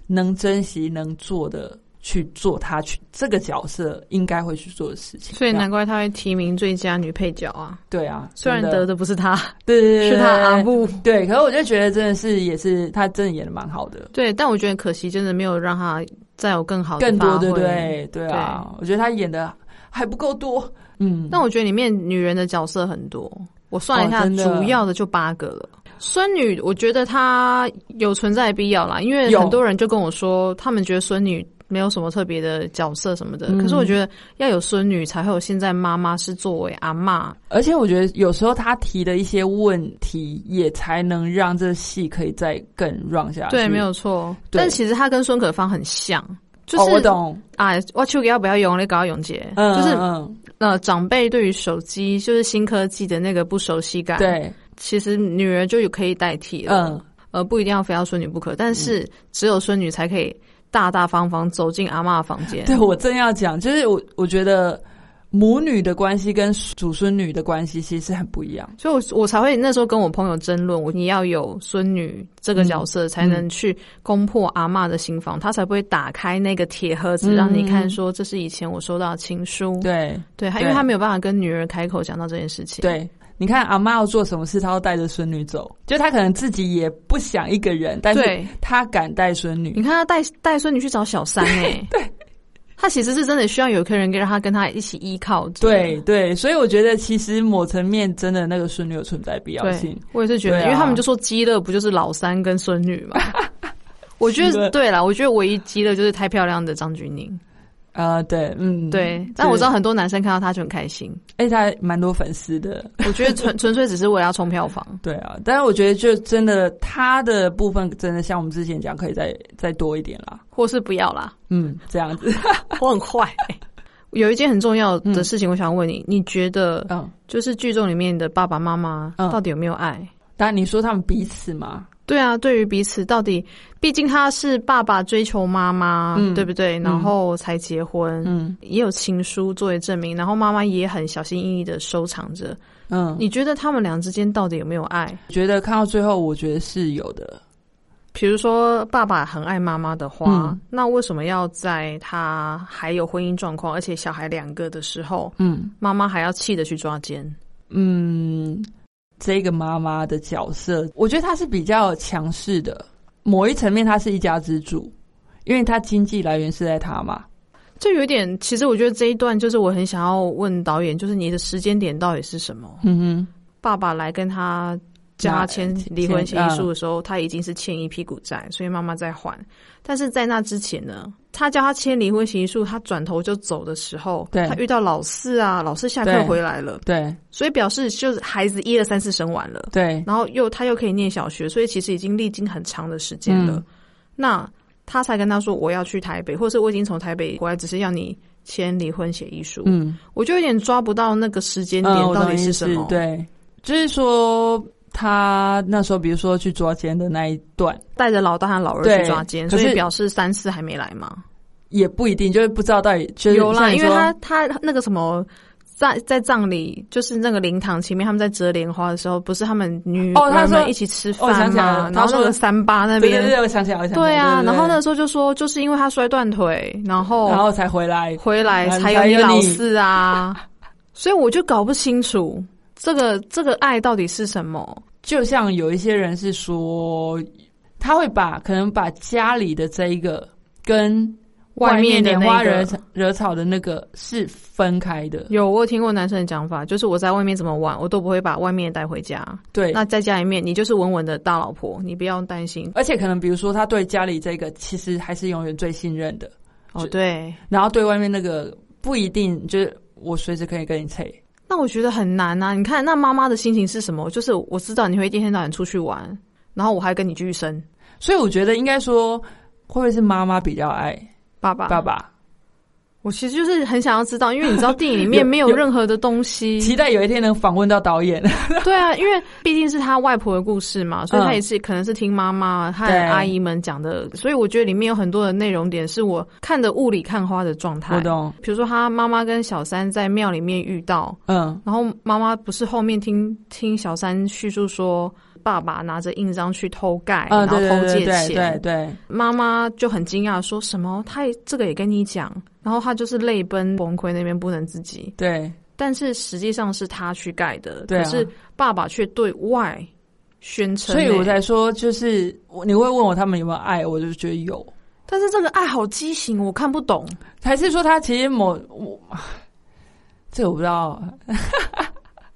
[SPEAKER 2] 能珍惜能做的。去做他去这个角色应该会去做的事情，
[SPEAKER 1] 所以
[SPEAKER 2] 这样
[SPEAKER 1] 难怪她会提名最佳女配角啊。
[SPEAKER 2] 对啊，
[SPEAKER 1] 虽然
[SPEAKER 2] 真
[SPEAKER 1] 得的不是她，
[SPEAKER 2] 对对对
[SPEAKER 1] 是她
[SPEAKER 2] 对
[SPEAKER 1] 阿布。
[SPEAKER 2] 对，可是我就觉得真的是也是他真的演的蛮好的，
[SPEAKER 1] 对，但我觉得可惜，真的没有让她再有更好的
[SPEAKER 2] 更多
[SPEAKER 1] 发挥
[SPEAKER 2] 对对对啊，我觉得他演的还不够多，嗯，
[SPEAKER 1] 但我觉得里面女人的角色很多，我算了一
[SPEAKER 2] 哦
[SPEAKER 1] 下，
[SPEAKER 2] 真的
[SPEAKER 1] 主要的就八个了。孙女，我觉得她有存在的必要啦，因为
[SPEAKER 2] 有
[SPEAKER 1] 很多人就跟我说，他们觉得孙女没有什么特别的角色什么的。
[SPEAKER 2] 嗯
[SPEAKER 1] 可是我觉得要有孙女，才会有现在妈妈是作为阿嬷。
[SPEAKER 2] 而且我觉得有时候他提的一些问题，也才能让这戏可以再更 run 下去。
[SPEAKER 1] 对，没有错。
[SPEAKER 2] 对
[SPEAKER 1] 但其实她跟孙可芳很像，就
[SPEAKER 2] 哦，我
[SPEAKER 1] 是、
[SPEAKER 2] 懂，
[SPEAKER 1] 啊，我秋给要不要用那搞永杰，
[SPEAKER 2] 嗯，
[SPEAKER 1] 就是
[SPEAKER 2] 嗯，
[SPEAKER 1] 呃长辈对于手机就是新科技的那个不熟悉感，，
[SPEAKER 2] 嗯对，
[SPEAKER 1] 其实女儿就有可以代替了。
[SPEAKER 2] 嗯，
[SPEAKER 1] 呃，不一定要非要孙女不可，但是只有孙女才可以大大方方走进阿嬷的房间。
[SPEAKER 2] 对我正要讲，就是我我觉得母女的关系跟祖孙女的关系其实是很不一样。
[SPEAKER 1] 所以我我才会那时候跟我朋友争论，我你要有孙女这个角色，才能去攻破阿嬷的心房，她才不会打开那个铁盒子，
[SPEAKER 2] 嗯
[SPEAKER 1] 让你看说这是以前我收到的情书。
[SPEAKER 2] 对
[SPEAKER 1] 对，她
[SPEAKER 2] 对
[SPEAKER 1] 因为她没有办法跟女儿开口讲到这件事情。，
[SPEAKER 2] 对，你看阿妈要做什么事，她要带着孙女走，就她可能自己也不想一个人，但是
[SPEAKER 1] 对，嗯
[SPEAKER 2] 他敢带孙
[SPEAKER 1] 你
[SPEAKER 2] 女，
[SPEAKER 1] 看她带带孙女去找小 三哎、对，她其实是真的需要有个人跟让她跟她一起依靠着。
[SPEAKER 2] 对对，所以我觉得其实某层面真的那个孙女有存在必要
[SPEAKER 1] 对，
[SPEAKER 2] 性，
[SPEAKER 1] 我也是觉得，
[SPEAKER 2] 对啊
[SPEAKER 1] 因为他们就说基乐不就是老三跟孙女嘛。我觉
[SPEAKER 2] 是
[SPEAKER 1] 得
[SPEAKER 2] 的
[SPEAKER 1] 对啦，我觉得唯一激的就是太漂亮的张钧甯，
[SPEAKER 2] 啊、对，嗯，
[SPEAKER 1] 对。但我知道，很多男生看到她就很开心，
[SPEAKER 2] 哎、他还蛮多粉丝的，
[SPEAKER 1] 我觉得纯 纯粹只是为了要冲票房。
[SPEAKER 2] 对啊。但是我觉得，就真的他的部分，真的像我们之前讲，可以再再多一点啦。
[SPEAKER 1] 或是不要啦，
[SPEAKER 2] 嗯，这样子，
[SPEAKER 1] 我很嗯坏、有一件很重要的事情，我想问你，你觉得
[SPEAKER 2] 嗯。
[SPEAKER 1] 就是剧中里面的爸爸妈妈
[SPEAKER 2] 嗯
[SPEAKER 1] 到底有没有爱？
[SPEAKER 2] 当然，你说他们彼此嘛，
[SPEAKER 1] 对啊，对于彼此到底，毕竟他是爸爸追求妈妈，
[SPEAKER 2] 嗯
[SPEAKER 1] 对不对？
[SPEAKER 2] 嗯
[SPEAKER 1] 然后才结婚，
[SPEAKER 2] 嗯
[SPEAKER 1] 也有情书作为证明，然后妈妈也很小心翼翼的收藏着。
[SPEAKER 2] 嗯，
[SPEAKER 1] 你觉得他们俩之间到底有没有爱？
[SPEAKER 2] 觉得看到最后，我觉得是有的。
[SPEAKER 1] 比如说，爸爸很爱妈妈的话，
[SPEAKER 2] 嗯
[SPEAKER 1] 那为什么要在他还有婚姻状况，而且小孩两个的时候，
[SPEAKER 2] 嗯
[SPEAKER 1] 妈妈还要气的去抓奸？
[SPEAKER 2] 嗯，这个妈妈的角色，我觉得她是比较强势的。某一层面，她是一家之主，因为她经济来源是在她嘛。
[SPEAKER 1] 这有点，其实我觉得这一段就是我很想要问导演，就是你的时间点到底是什么？
[SPEAKER 2] 嗯哼，
[SPEAKER 1] 爸爸来跟他家
[SPEAKER 2] 那
[SPEAKER 1] 签
[SPEAKER 2] 签
[SPEAKER 1] 离婚协议书的时候，他已经是欠一屁股债，所以妈妈在还。但是在那之前呢，他叫他签离婚协议书，他转头就走的时候，
[SPEAKER 2] 对
[SPEAKER 1] 他遇到老四啊，老四下
[SPEAKER 2] 对
[SPEAKER 1] 课回来了，
[SPEAKER 2] 对
[SPEAKER 1] 所以表示就是孩子一二三四生完了，
[SPEAKER 2] 对，
[SPEAKER 1] 然后又他又可以念小学，所以其实已经历经很长的时间了。
[SPEAKER 2] 嗯
[SPEAKER 1] 那他才跟他说我要去台北，或是我已经从台北过来，只是要你签离婚协议书。
[SPEAKER 2] 嗯，
[SPEAKER 1] 我就有点抓不到那个时间点
[SPEAKER 2] 嗯我
[SPEAKER 1] 到
[SPEAKER 2] 懂
[SPEAKER 1] 底
[SPEAKER 2] 意
[SPEAKER 1] 是
[SPEAKER 2] 思
[SPEAKER 1] 什么。
[SPEAKER 2] 对，就是说她那时候，比如说去抓奸的那一段，
[SPEAKER 1] 带着老大和老二
[SPEAKER 2] 对
[SPEAKER 1] 去抓奸，
[SPEAKER 2] 可
[SPEAKER 1] 所
[SPEAKER 2] 是
[SPEAKER 1] 以表示三四还没来嘛？
[SPEAKER 2] 也不一定，就是不知道到底就是
[SPEAKER 1] 有啦，
[SPEAKER 2] 像你
[SPEAKER 1] 因为
[SPEAKER 2] 说
[SPEAKER 1] 他他那个什么，在在葬礼，就是那个灵堂前面，他们在折莲花的时候，不是他们女
[SPEAKER 2] 哦他
[SPEAKER 1] 儿
[SPEAKER 2] 说
[SPEAKER 1] 们一起吃
[SPEAKER 2] 哦我想
[SPEAKER 1] 饭
[SPEAKER 2] 起来了
[SPEAKER 1] 嘛？然
[SPEAKER 2] 他
[SPEAKER 1] 后
[SPEAKER 2] 说
[SPEAKER 1] 那个三八那
[SPEAKER 2] 对对
[SPEAKER 1] 边，
[SPEAKER 2] 对，我想起来，我想起来，
[SPEAKER 1] 对啊，
[SPEAKER 2] 对
[SPEAKER 1] 然后
[SPEAKER 2] 对
[SPEAKER 1] 那时候就说，就是因为他摔断腿，然
[SPEAKER 2] 然
[SPEAKER 1] 后
[SPEAKER 2] 后才回来，
[SPEAKER 1] 回来
[SPEAKER 2] 然后
[SPEAKER 1] 才
[SPEAKER 2] 才
[SPEAKER 1] 你
[SPEAKER 2] 有
[SPEAKER 1] 老
[SPEAKER 2] 你
[SPEAKER 1] 四 啊，所以我就搞不清楚这个这个爱到底是什么。
[SPEAKER 2] 就像有一些人是说，他会把可能把家里的这一个跟
[SPEAKER 1] 外面的
[SPEAKER 2] 拈
[SPEAKER 1] 那
[SPEAKER 2] 花
[SPEAKER 1] 个
[SPEAKER 2] 惹草惹草的那个是分开的，
[SPEAKER 1] 有我有听过男生的讲法，就是我在外面怎么玩，我都不会把外面带回家。
[SPEAKER 2] 对。
[SPEAKER 1] 那在家里面，你就是稳稳的大老婆，你不用担心。
[SPEAKER 2] 而且可能比如说，他对家里这个其实还是永远最信任的，
[SPEAKER 1] 哦，对，
[SPEAKER 2] 然后对外面那个不一定就是我随时可以跟你扯。
[SPEAKER 1] 那我觉得很难啊。你看，那妈妈的心情是什么？就是我知道你会一天到晚出去玩，然后我还跟你继续生
[SPEAKER 2] 所以我觉得应该说，会不会是妈妈比较爱
[SPEAKER 1] 爸爸。
[SPEAKER 2] 爸，爸？
[SPEAKER 1] 我其实就是很想要知道，因为你知道电影里面
[SPEAKER 2] 有
[SPEAKER 1] 没有
[SPEAKER 2] 有
[SPEAKER 1] 任何的东西。
[SPEAKER 2] 期待有一天能访问到导演。
[SPEAKER 1] 对啊，因为毕竟是他外婆的故事嘛，所以
[SPEAKER 2] 嗯
[SPEAKER 1] 他也是、可能是听妈妈和
[SPEAKER 2] 对
[SPEAKER 1] 阿姨们讲的，所以我觉得里面有很多的内容点是我看的雾里看花的状态
[SPEAKER 2] 我。懂，
[SPEAKER 1] 比如说他妈妈跟小三在庙里面遇到，
[SPEAKER 2] 嗯
[SPEAKER 1] 然后妈妈不是后面听听小三叙述说，爸爸拿着印章去偷盖，
[SPEAKER 2] 嗯，
[SPEAKER 1] 哎然后
[SPEAKER 2] 对
[SPEAKER 1] 偷
[SPEAKER 2] 对
[SPEAKER 1] 借
[SPEAKER 2] 对
[SPEAKER 1] 钱，
[SPEAKER 2] 对对，
[SPEAKER 1] 妈妈就很惊讶说什么，他也这个也跟你讲，然后他就是泪奔崩溃那边不能自己，
[SPEAKER 2] 对
[SPEAKER 1] 但是实际上是他去盖的，
[SPEAKER 2] 对啊
[SPEAKER 1] 可是爸爸却对外宣称、
[SPEAKER 2] 所以我
[SPEAKER 1] 欸
[SPEAKER 2] 才说，就是我你会问我他们有没有爱，我就觉得有，
[SPEAKER 1] 但是这个爱好畸形，我看不懂。
[SPEAKER 2] 还是说他其实某我， 这个我不知道，啊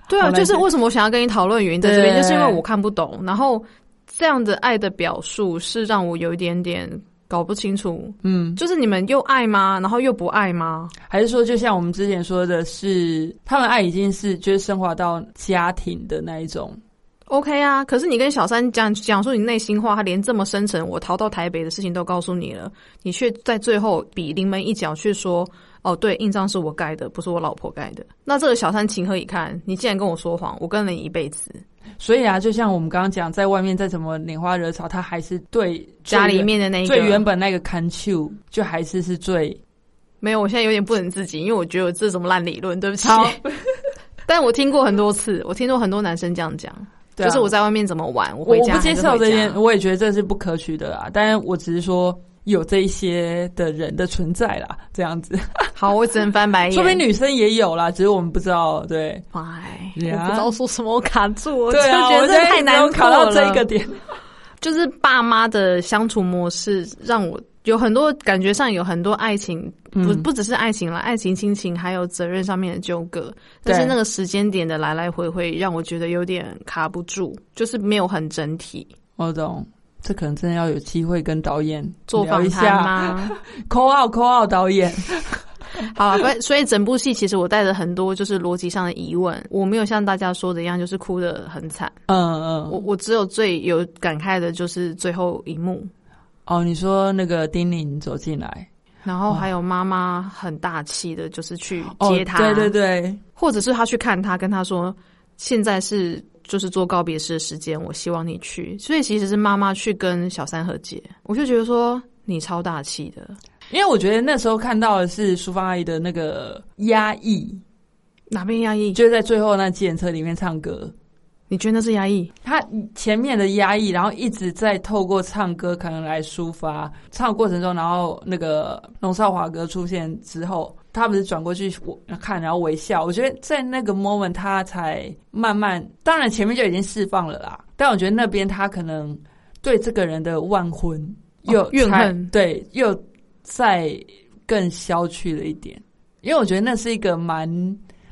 [SPEAKER 1] 对
[SPEAKER 2] 好
[SPEAKER 1] 啊，
[SPEAKER 2] 难
[SPEAKER 1] 就是
[SPEAKER 2] 解
[SPEAKER 1] 为什么我想要跟你讨论原因在这边，
[SPEAKER 2] 对
[SPEAKER 1] 就是因为我看不懂。然后这样的爱的表述是让我有一点点搞不清楚，
[SPEAKER 2] 嗯，
[SPEAKER 1] 就是你们又爱吗？然后又不爱吗？
[SPEAKER 2] 还是说就像我们之前说的是，他们爱已经是就是升华到家庭的那一种，
[SPEAKER 1] OK 啊，可是你跟小三讲讲述你内心话，他连这么深沉，我逃到台北的事情都告诉你了，你却在最后比临门一脚去说，哦，对，印章是我盖的，不是我老婆盖的。那这个小三情何以堪？你竟然跟我说谎，我跟了你一辈子，
[SPEAKER 2] 所以啊，就像我们刚刚讲，在外面再怎么拈花惹草，他还是对最
[SPEAKER 1] 家里
[SPEAKER 2] 原
[SPEAKER 1] 面的那一个
[SPEAKER 2] 最原本那个 c o 就还是是最
[SPEAKER 1] 没有，我现在有点不能自己，因为我觉得我这是什么烂理论，对不起
[SPEAKER 2] 好。
[SPEAKER 1] 但我听过很多次，我听过很多男生这样讲，
[SPEAKER 2] 对啊
[SPEAKER 1] 就是我在外面怎么玩，我
[SPEAKER 2] 我
[SPEAKER 1] 回
[SPEAKER 2] 我
[SPEAKER 1] 家
[SPEAKER 2] 不接受这
[SPEAKER 1] 些
[SPEAKER 2] 件，。我也觉得这是不可取的啦。当然，我只是说有这一些的人的存在啦，这样子，
[SPEAKER 1] 好，我只能翻白眼。
[SPEAKER 2] 说明女生也有啦，只是我们不知道。对，
[SPEAKER 1] 哎，我
[SPEAKER 2] Yeah
[SPEAKER 1] 不知道说什么，我卡住，我就
[SPEAKER 2] 对啊，
[SPEAKER 1] 觉得
[SPEAKER 2] 我现
[SPEAKER 1] 这
[SPEAKER 2] 在
[SPEAKER 1] 太难
[SPEAKER 2] 只有考
[SPEAKER 1] 过
[SPEAKER 2] 到
[SPEAKER 1] 了
[SPEAKER 2] 这一个点。
[SPEAKER 1] 就是爸妈的相处模式，让我有很多感觉上有很多爱情，不
[SPEAKER 2] 嗯
[SPEAKER 1] 不只是爱情啦，爱情、亲情还有责任上面的纠葛。但是
[SPEAKER 2] 对
[SPEAKER 1] 那个时间点的来来回回，让我觉得有点卡不住，就是没有很整体。
[SPEAKER 2] 我懂。这可能真的要有机会跟导演
[SPEAKER 1] 做
[SPEAKER 2] 聊一
[SPEAKER 1] 访谈
[SPEAKER 2] 下，
[SPEAKER 1] 吗？
[SPEAKER 2] 扣二扣二 导演，
[SPEAKER 1] 好、啊，所以整部戏其实我带着很多就是逻辑上的疑问，我没有像大家说的一样就是哭得很惨，
[SPEAKER 2] 嗯嗯，
[SPEAKER 1] 我我只有最有感慨的就是最后一幕，
[SPEAKER 2] 哦，你说那个丁玲走进来，
[SPEAKER 1] 然后还有妈妈很大气的，就是去
[SPEAKER 2] 哦，
[SPEAKER 1] 接他，
[SPEAKER 2] 对对对，
[SPEAKER 1] 或者是他去看他，跟他说现在是就是做告别式的时间，我希望你去，所以其实是妈妈去跟小三和解，我就觉得说你超大气的，
[SPEAKER 2] 因为我觉得那时候看到的是淑芳阿姨的那个压抑，
[SPEAKER 1] 哪边压抑？
[SPEAKER 2] 就是在最后那检车里面唱歌，
[SPEAKER 1] 你觉得那是压抑？
[SPEAKER 2] 她前面的压抑，然后一直在透过唱歌可能来抒发，唱的过程中，然后那个龙少华哥出现之后。他不是转过去我看，然后微笑。我觉得在那个 moment，他才慢慢，当然前面就已经释放了啦。但我觉得那边他可能对这个人的万婚又、
[SPEAKER 1] 哦怨恨
[SPEAKER 2] 对，又再更消去了一点。因为我觉得那是一个蛮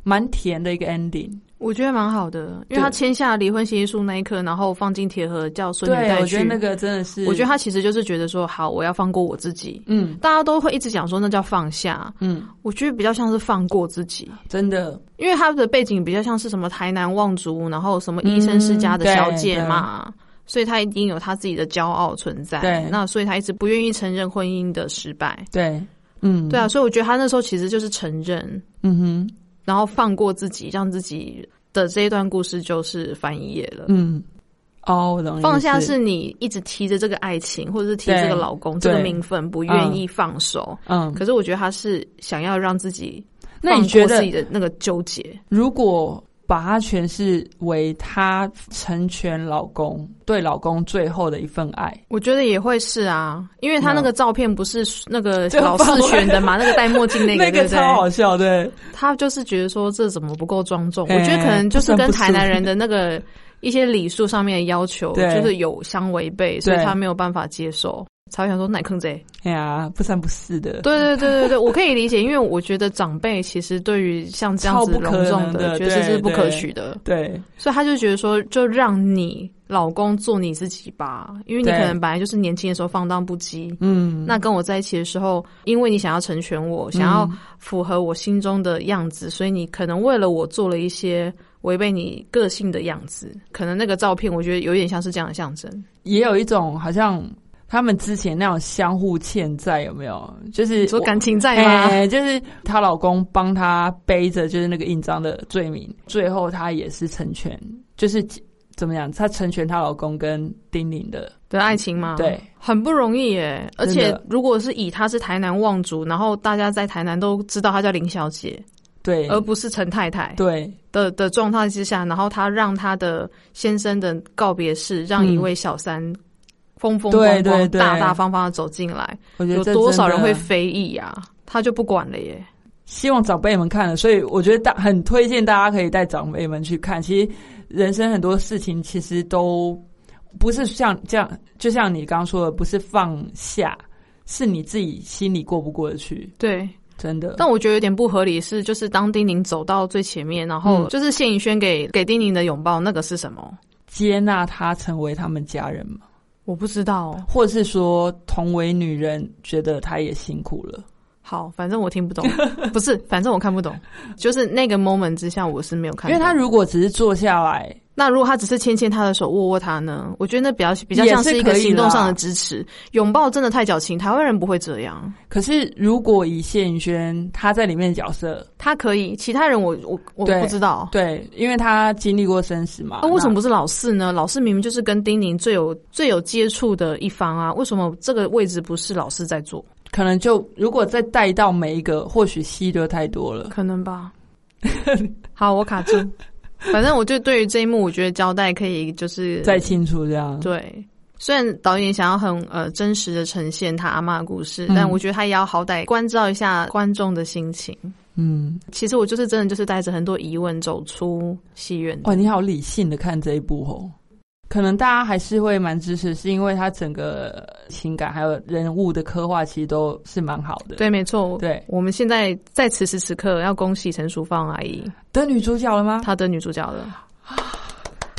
[SPEAKER 2] 蛮甜的一个 ending。
[SPEAKER 1] 我觉得蛮好的，因为他
[SPEAKER 2] 对
[SPEAKER 1] 签下离婚协议书那一刻，然后放进铁盒叫孙女
[SPEAKER 2] 对，
[SPEAKER 1] 带
[SPEAKER 2] 我
[SPEAKER 1] 去
[SPEAKER 2] 觉得。那个真的是，
[SPEAKER 1] 我觉得他其实就是觉得说，好，我要放过我自己。
[SPEAKER 2] 嗯
[SPEAKER 1] 大家都会一直讲说那叫放下，
[SPEAKER 2] 嗯，
[SPEAKER 1] 我觉得比较像是放过自己，
[SPEAKER 2] 真的
[SPEAKER 1] 因为他的背景比较像是什么台南望族，然后什么医生世
[SPEAKER 2] 嗯
[SPEAKER 1] 家的小姐嘛，所以他一定有他自己的骄傲存在。
[SPEAKER 2] 对
[SPEAKER 1] 那所以他一直不愿意承认婚姻的失败。
[SPEAKER 2] 对，嗯，
[SPEAKER 1] 对啊，，所以我觉得他那时候其实就是承认，
[SPEAKER 2] 嗯哼，
[SPEAKER 1] 然后放过自己，让自己的这一段故事就是翻一页了。
[SPEAKER 2] 嗯，哦，我懂你的意思，
[SPEAKER 1] 放下是你一直提着这个爱情，或者是提这个老公这
[SPEAKER 2] 对
[SPEAKER 1] 个名分，不愿意放手。
[SPEAKER 2] 嗯，
[SPEAKER 1] 可是我觉得他是想要让自己
[SPEAKER 2] 那
[SPEAKER 1] 放
[SPEAKER 2] 你
[SPEAKER 1] 过
[SPEAKER 2] 觉得
[SPEAKER 1] 自己的那个纠结？
[SPEAKER 2] 如果把它诠释为她成全老公，对老公最后的一份爱，
[SPEAKER 1] 我觉得也会是啊，因为他那个
[SPEAKER 2] 嗯
[SPEAKER 1] 照片不是那个
[SPEAKER 2] 这个
[SPEAKER 1] 老
[SPEAKER 2] 范
[SPEAKER 1] 四
[SPEAKER 2] 围
[SPEAKER 1] 选的 嘛，那个戴墨镜那个，对
[SPEAKER 2] 个
[SPEAKER 1] 不对？
[SPEAKER 2] 超好笑，对，
[SPEAKER 1] 他就是觉得说这怎么不够庄重？
[SPEAKER 2] 哎
[SPEAKER 1] 我觉得可能就是
[SPEAKER 2] 不
[SPEAKER 1] 跟
[SPEAKER 2] 胜不
[SPEAKER 1] 台南
[SPEAKER 2] 俗
[SPEAKER 1] 人的那个一些礼数上面的要求，
[SPEAKER 2] 对
[SPEAKER 1] 就是有相违背，所以
[SPEAKER 2] 对
[SPEAKER 1] 他没有办法接受，才会想说奶坑 贼。
[SPEAKER 2] 哎呀，不三不四的，
[SPEAKER 1] 对对对对对，我可以理解，因为我觉得长辈其实对于像这样子
[SPEAKER 2] 超不可
[SPEAKER 1] 隆重
[SPEAKER 2] 能的
[SPEAKER 1] 觉得是
[SPEAKER 2] 对
[SPEAKER 1] 不可
[SPEAKER 2] 对
[SPEAKER 1] 取的，
[SPEAKER 2] 对
[SPEAKER 1] 所以他就觉得说，就让你老公做你自己吧，因为你
[SPEAKER 2] 对
[SPEAKER 1] 可能本来就是年轻的时候放荡不羁。
[SPEAKER 2] 嗯，
[SPEAKER 1] 那跟我在一起的时候，因为你想要成全我，想要
[SPEAKER 2] 嗯
[SPEAKER 1] 符合我心中的样子，所以你可能为了我做了一些违背你个性的样子。可能那个照片，我觉得有点像是这样的象征。
[SPEAKER 2] 也有一种好像他们之前那种相互欠债，有没有？就是
[SPEAKER 1] 你说
[SPEAKER 2] 我
[SPEAKER 1] 感情在吗？
[SPEAKER 2] 哎、 就是她老公帮她背着就是那个印章的罪名，最后她也是成全，就是怎么样？她成全她老公跟丁玲的，
[SPEAKER 1] 的爱情吗？
[SPEAKER 2] 对，
[SPEAKER 1] 很不容易耶。而
[SPEAKER 2] 真的
[SPEAKER 1] 且如果是以她是台南望族，然后大家在台南都知道她叫林小姐，
[SPEAKER 2] 对，
[SPEAKER 1] 而不是陈太太
[SPEAKER 2] 对，
[SPEAKER 1] 的的状态之下，然后她让她的先生的告别式，让一位小三风风光光、
[SPEAKER 2] 嗯对对对
[SPEAKER 1] 大大方方的走进来，
[SPEAKER 2] 我觉得
[SPEAKER 1] 有
[SPEAKER 2] 这
[SPEAKER 1] 多
[SPEAKER 2] 真
[SPEAKER 1] 少
[SPEAKER 2] 的
[SPEAKER 1] 人会非议啊？她就不管了耶。
[SPEAKER 2] 希望长辈们看了，所以我觉得大很推荐大家可以带长辈们去看。其实人生很多事情其实都不是像这样，就像你刚刚说的，不是放下，是你自己心里过不过得去，
[SPEAKER 1] 对，
[SPEAKER 2] 真的。
[SPEAKER 1] 但我觉得有点不合理是，就是当丁宁走到最前面，然后
[SPEAKER 2] 嗯
[SPEAKER 1] 就是谢颖轩给给丁宁的拥抱，那个是什么？
[SPEAKER 2] 接纳她成为他们家人嘛，
[SPEAKER 1] 我不知道哦。
[SPEAKER 2] 或是说同为女人，觉得她也辛苦了。
[SPEAKER 1] 好，反正我听不 懂，不是，反正我看不懂，就是那个 moment 之下，我是没有看
[SPEAKER 2] 因
[SPEAKER 1] 懂。
[SPEAKER 2] 为她如果只是坐下来，
[SPEAKER 1] 那如果他只是牵牵他的手，握握他呢？我觉得那比较比较
[SPEAKER 2] 也
[SPEAKER 1] 像
[SPEAKER 2] 是
[SPEAKER 1] 一个
[SPEAKER 2] 可以
[SPEAKER 1] 行动
[SPEAKER 2] 啦
[SPEAKER 1] 上的支持，拥抱真的太矫情，台湾人不会这样。
[SPEAKER 2] 可是如果以谢颖轩她在里面的角色，
[SPEAKER 1] 他可以，其他人我我我
[SPEAKER 2] 对
[SPEAKER 1] 不知道。
[SPEAKER 2] 对，因为她经历过生死嘛，
[SPEAKER 1] 那、啊为什
[SPEAKER 2] 啊那
[SPEAKER 1] 么不是老四呢？老四明明就是跟丁宁最有最有接触的一方啊，为什么这个位置不是老四在做？
[SPEAKER 2] 可能就如果再带到每一个，或许戏就太多了。
[SPEAKER 1] 可能吧。 好，我卡住。反正我就对于这一幕，我觉得交代可以就是
[SPEAKER 2] 再清楚这样，
[SPEAKER 1] 对，虽然导演想要很呃真实的呈现他阿妈的故事，
[SPEAKER 2] 嗯
[SPEAKER 1] 但我觉得他也要好歹关照一下观众的心情。
[SPEAKER 2] 嗯，
[SPEAKER 1] 其实我就是真的就是带着很多疑问走出戏院的。
[SPEAKER 2] 哇，你好理性的看这一部哦。可能大家还是会蛮支持，是因为它整个情感还有人物的刻画，其实都是蛮好的。
[SPEAKER 1] 对，没错。
[SPEAKER 2] 对，
[SPEAKER 1] 我们现在在此时此刻要恭喜陈淑芳阿姨，
[SPEAKER 2] 得女主角了吗？
[SPEAKER 1] 她得女主角了。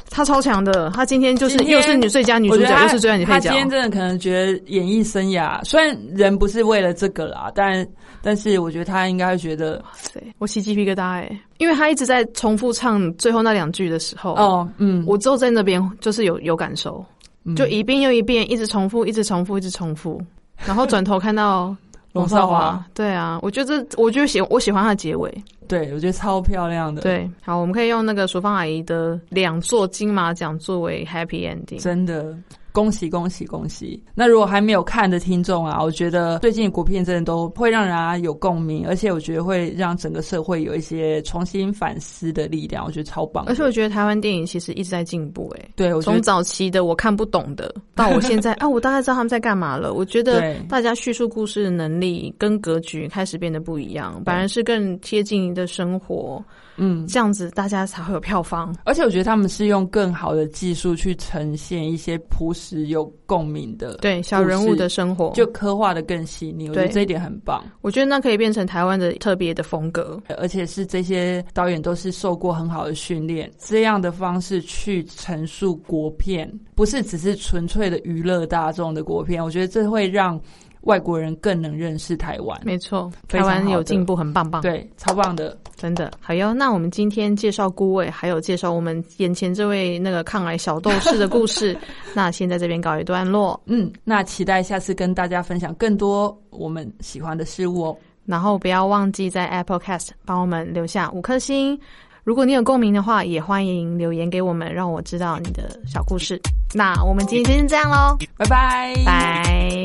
[SPEAKER 1] 他超强的，他今天就是
[SPEAKER 2] 今天
[SPEAKER 1] 又是女最佳女
[SPEAKER 2] 我
[SPEAKER 1] 主
[SPEAKER 2] 觉
[SPEAKER 1] 角，
[SPEAKER 2] 得
[SPEAKER 1] 又
[SPEAKER 2] 他
[SPEAKER 1] 是最佳女配
[SPEAKER 2] 他
[SPEAKER 1] 角
[SPEAKER 2] 今。天真的可能觉得演艺生涯，虽然人不是为了这个啦，但但是我觉得他应该会觉得，
[SPEAKER 1] 对我起鸡皮疙瘩哎、因为他一直在重复唱最后那两句的时候，
[SPEAKER 2] 哦，嗯，
[SPEAKER 1] 我之后在那边就是有有感受，
[SPEAKER 2] 嗯
[SPEAKER 1] 就一遍又一遍，一直重复，一直重复，一直重复，然后转头看到
[SPEAKER 2] 龙少华，，
[SPEAKER 1] 对啊，我觉得这我觉得喜我喜欢他的结尾，
[SPEAKER 2] 对我觉得超漂亮的，，
[SPEAKER 1] 对，好，我们可以用那个淑芳阿姨的两座金马奖作为 happy ending。
[SPEAKER 2] 真的。恭喜恭喜恭喜！那如果还没有看的听众啊，我觉得最近的国片真的都会让人家有共鸣，而且我觉得会让整个社会有一些重新反思的力量，我觉得超棒的。
[SPEAKER 1] 而且我觉得台湾电影其实一直在进步、欸，
[SPEAKER 2] 对我觉
[SPEAKER 1] 从
[SPEAKER 2] 得
[SPEAKER 1] 早期的我看不懂的，到 我现在 啊，我大概知道他们在干嘛了。我觉得
[SPEAKER 2] 对
[SPEAKER 1] 大家叙述故事的能力跟格局开始变得不一样，反而是更贴近你的生活，
[SPEAKER 2] 嗯，
[SPEAKER 1] 这样子大家才会有票房。
[SPEAKER 2] 而且我觉得他们是用更好的技术去呈现一些朴实有共鸣的，
[SPEAKER 1] 对小人物的生活，
[SPEAKER 2] 就刻画的更细腻，我觉得
[SPEAKER 1] 对
[SPEAKER 2] 这一点很棒，
[SPEAKER 1] 我觉得那可以变成台湾的特别的风格。
[SPEAKER 2] 而且是这些导演都是受过很好的训练，这样的方式去陈述国片，不是只是纯粹的娱乐大众的国片，我觉得这会让外国人更能认识台湾，
[SPEAKER 1] 没错，
[SPEAKER 2] 非
[SPEAKER 1] 台
[SPEAKER 2] 常好的
[SPEAKER 1] 湾有进步，很棒棒。
[SPEAKER 2] 对，超棒的，
[SPEAKER 1] 真的好哟。那我们今天介绍孤味，还有介绍我们眼前这位那个抗癌小斗士的故 事，那先在这边告一段落。
[SPEAKER 2] 嗯，那期待下次跟大家分享更多我们喜欢的事物哦，
[SPEAKER 1] 然后不要忘记在 Apple Cast 帮我们留下五颗星。如果你有共鸣的话，也欢迎留言给我们，让我知道你的小故事。那我们今天先这样喽，
[SPEAKER 2] 拜拜，
[SPEAKER 1] 拜。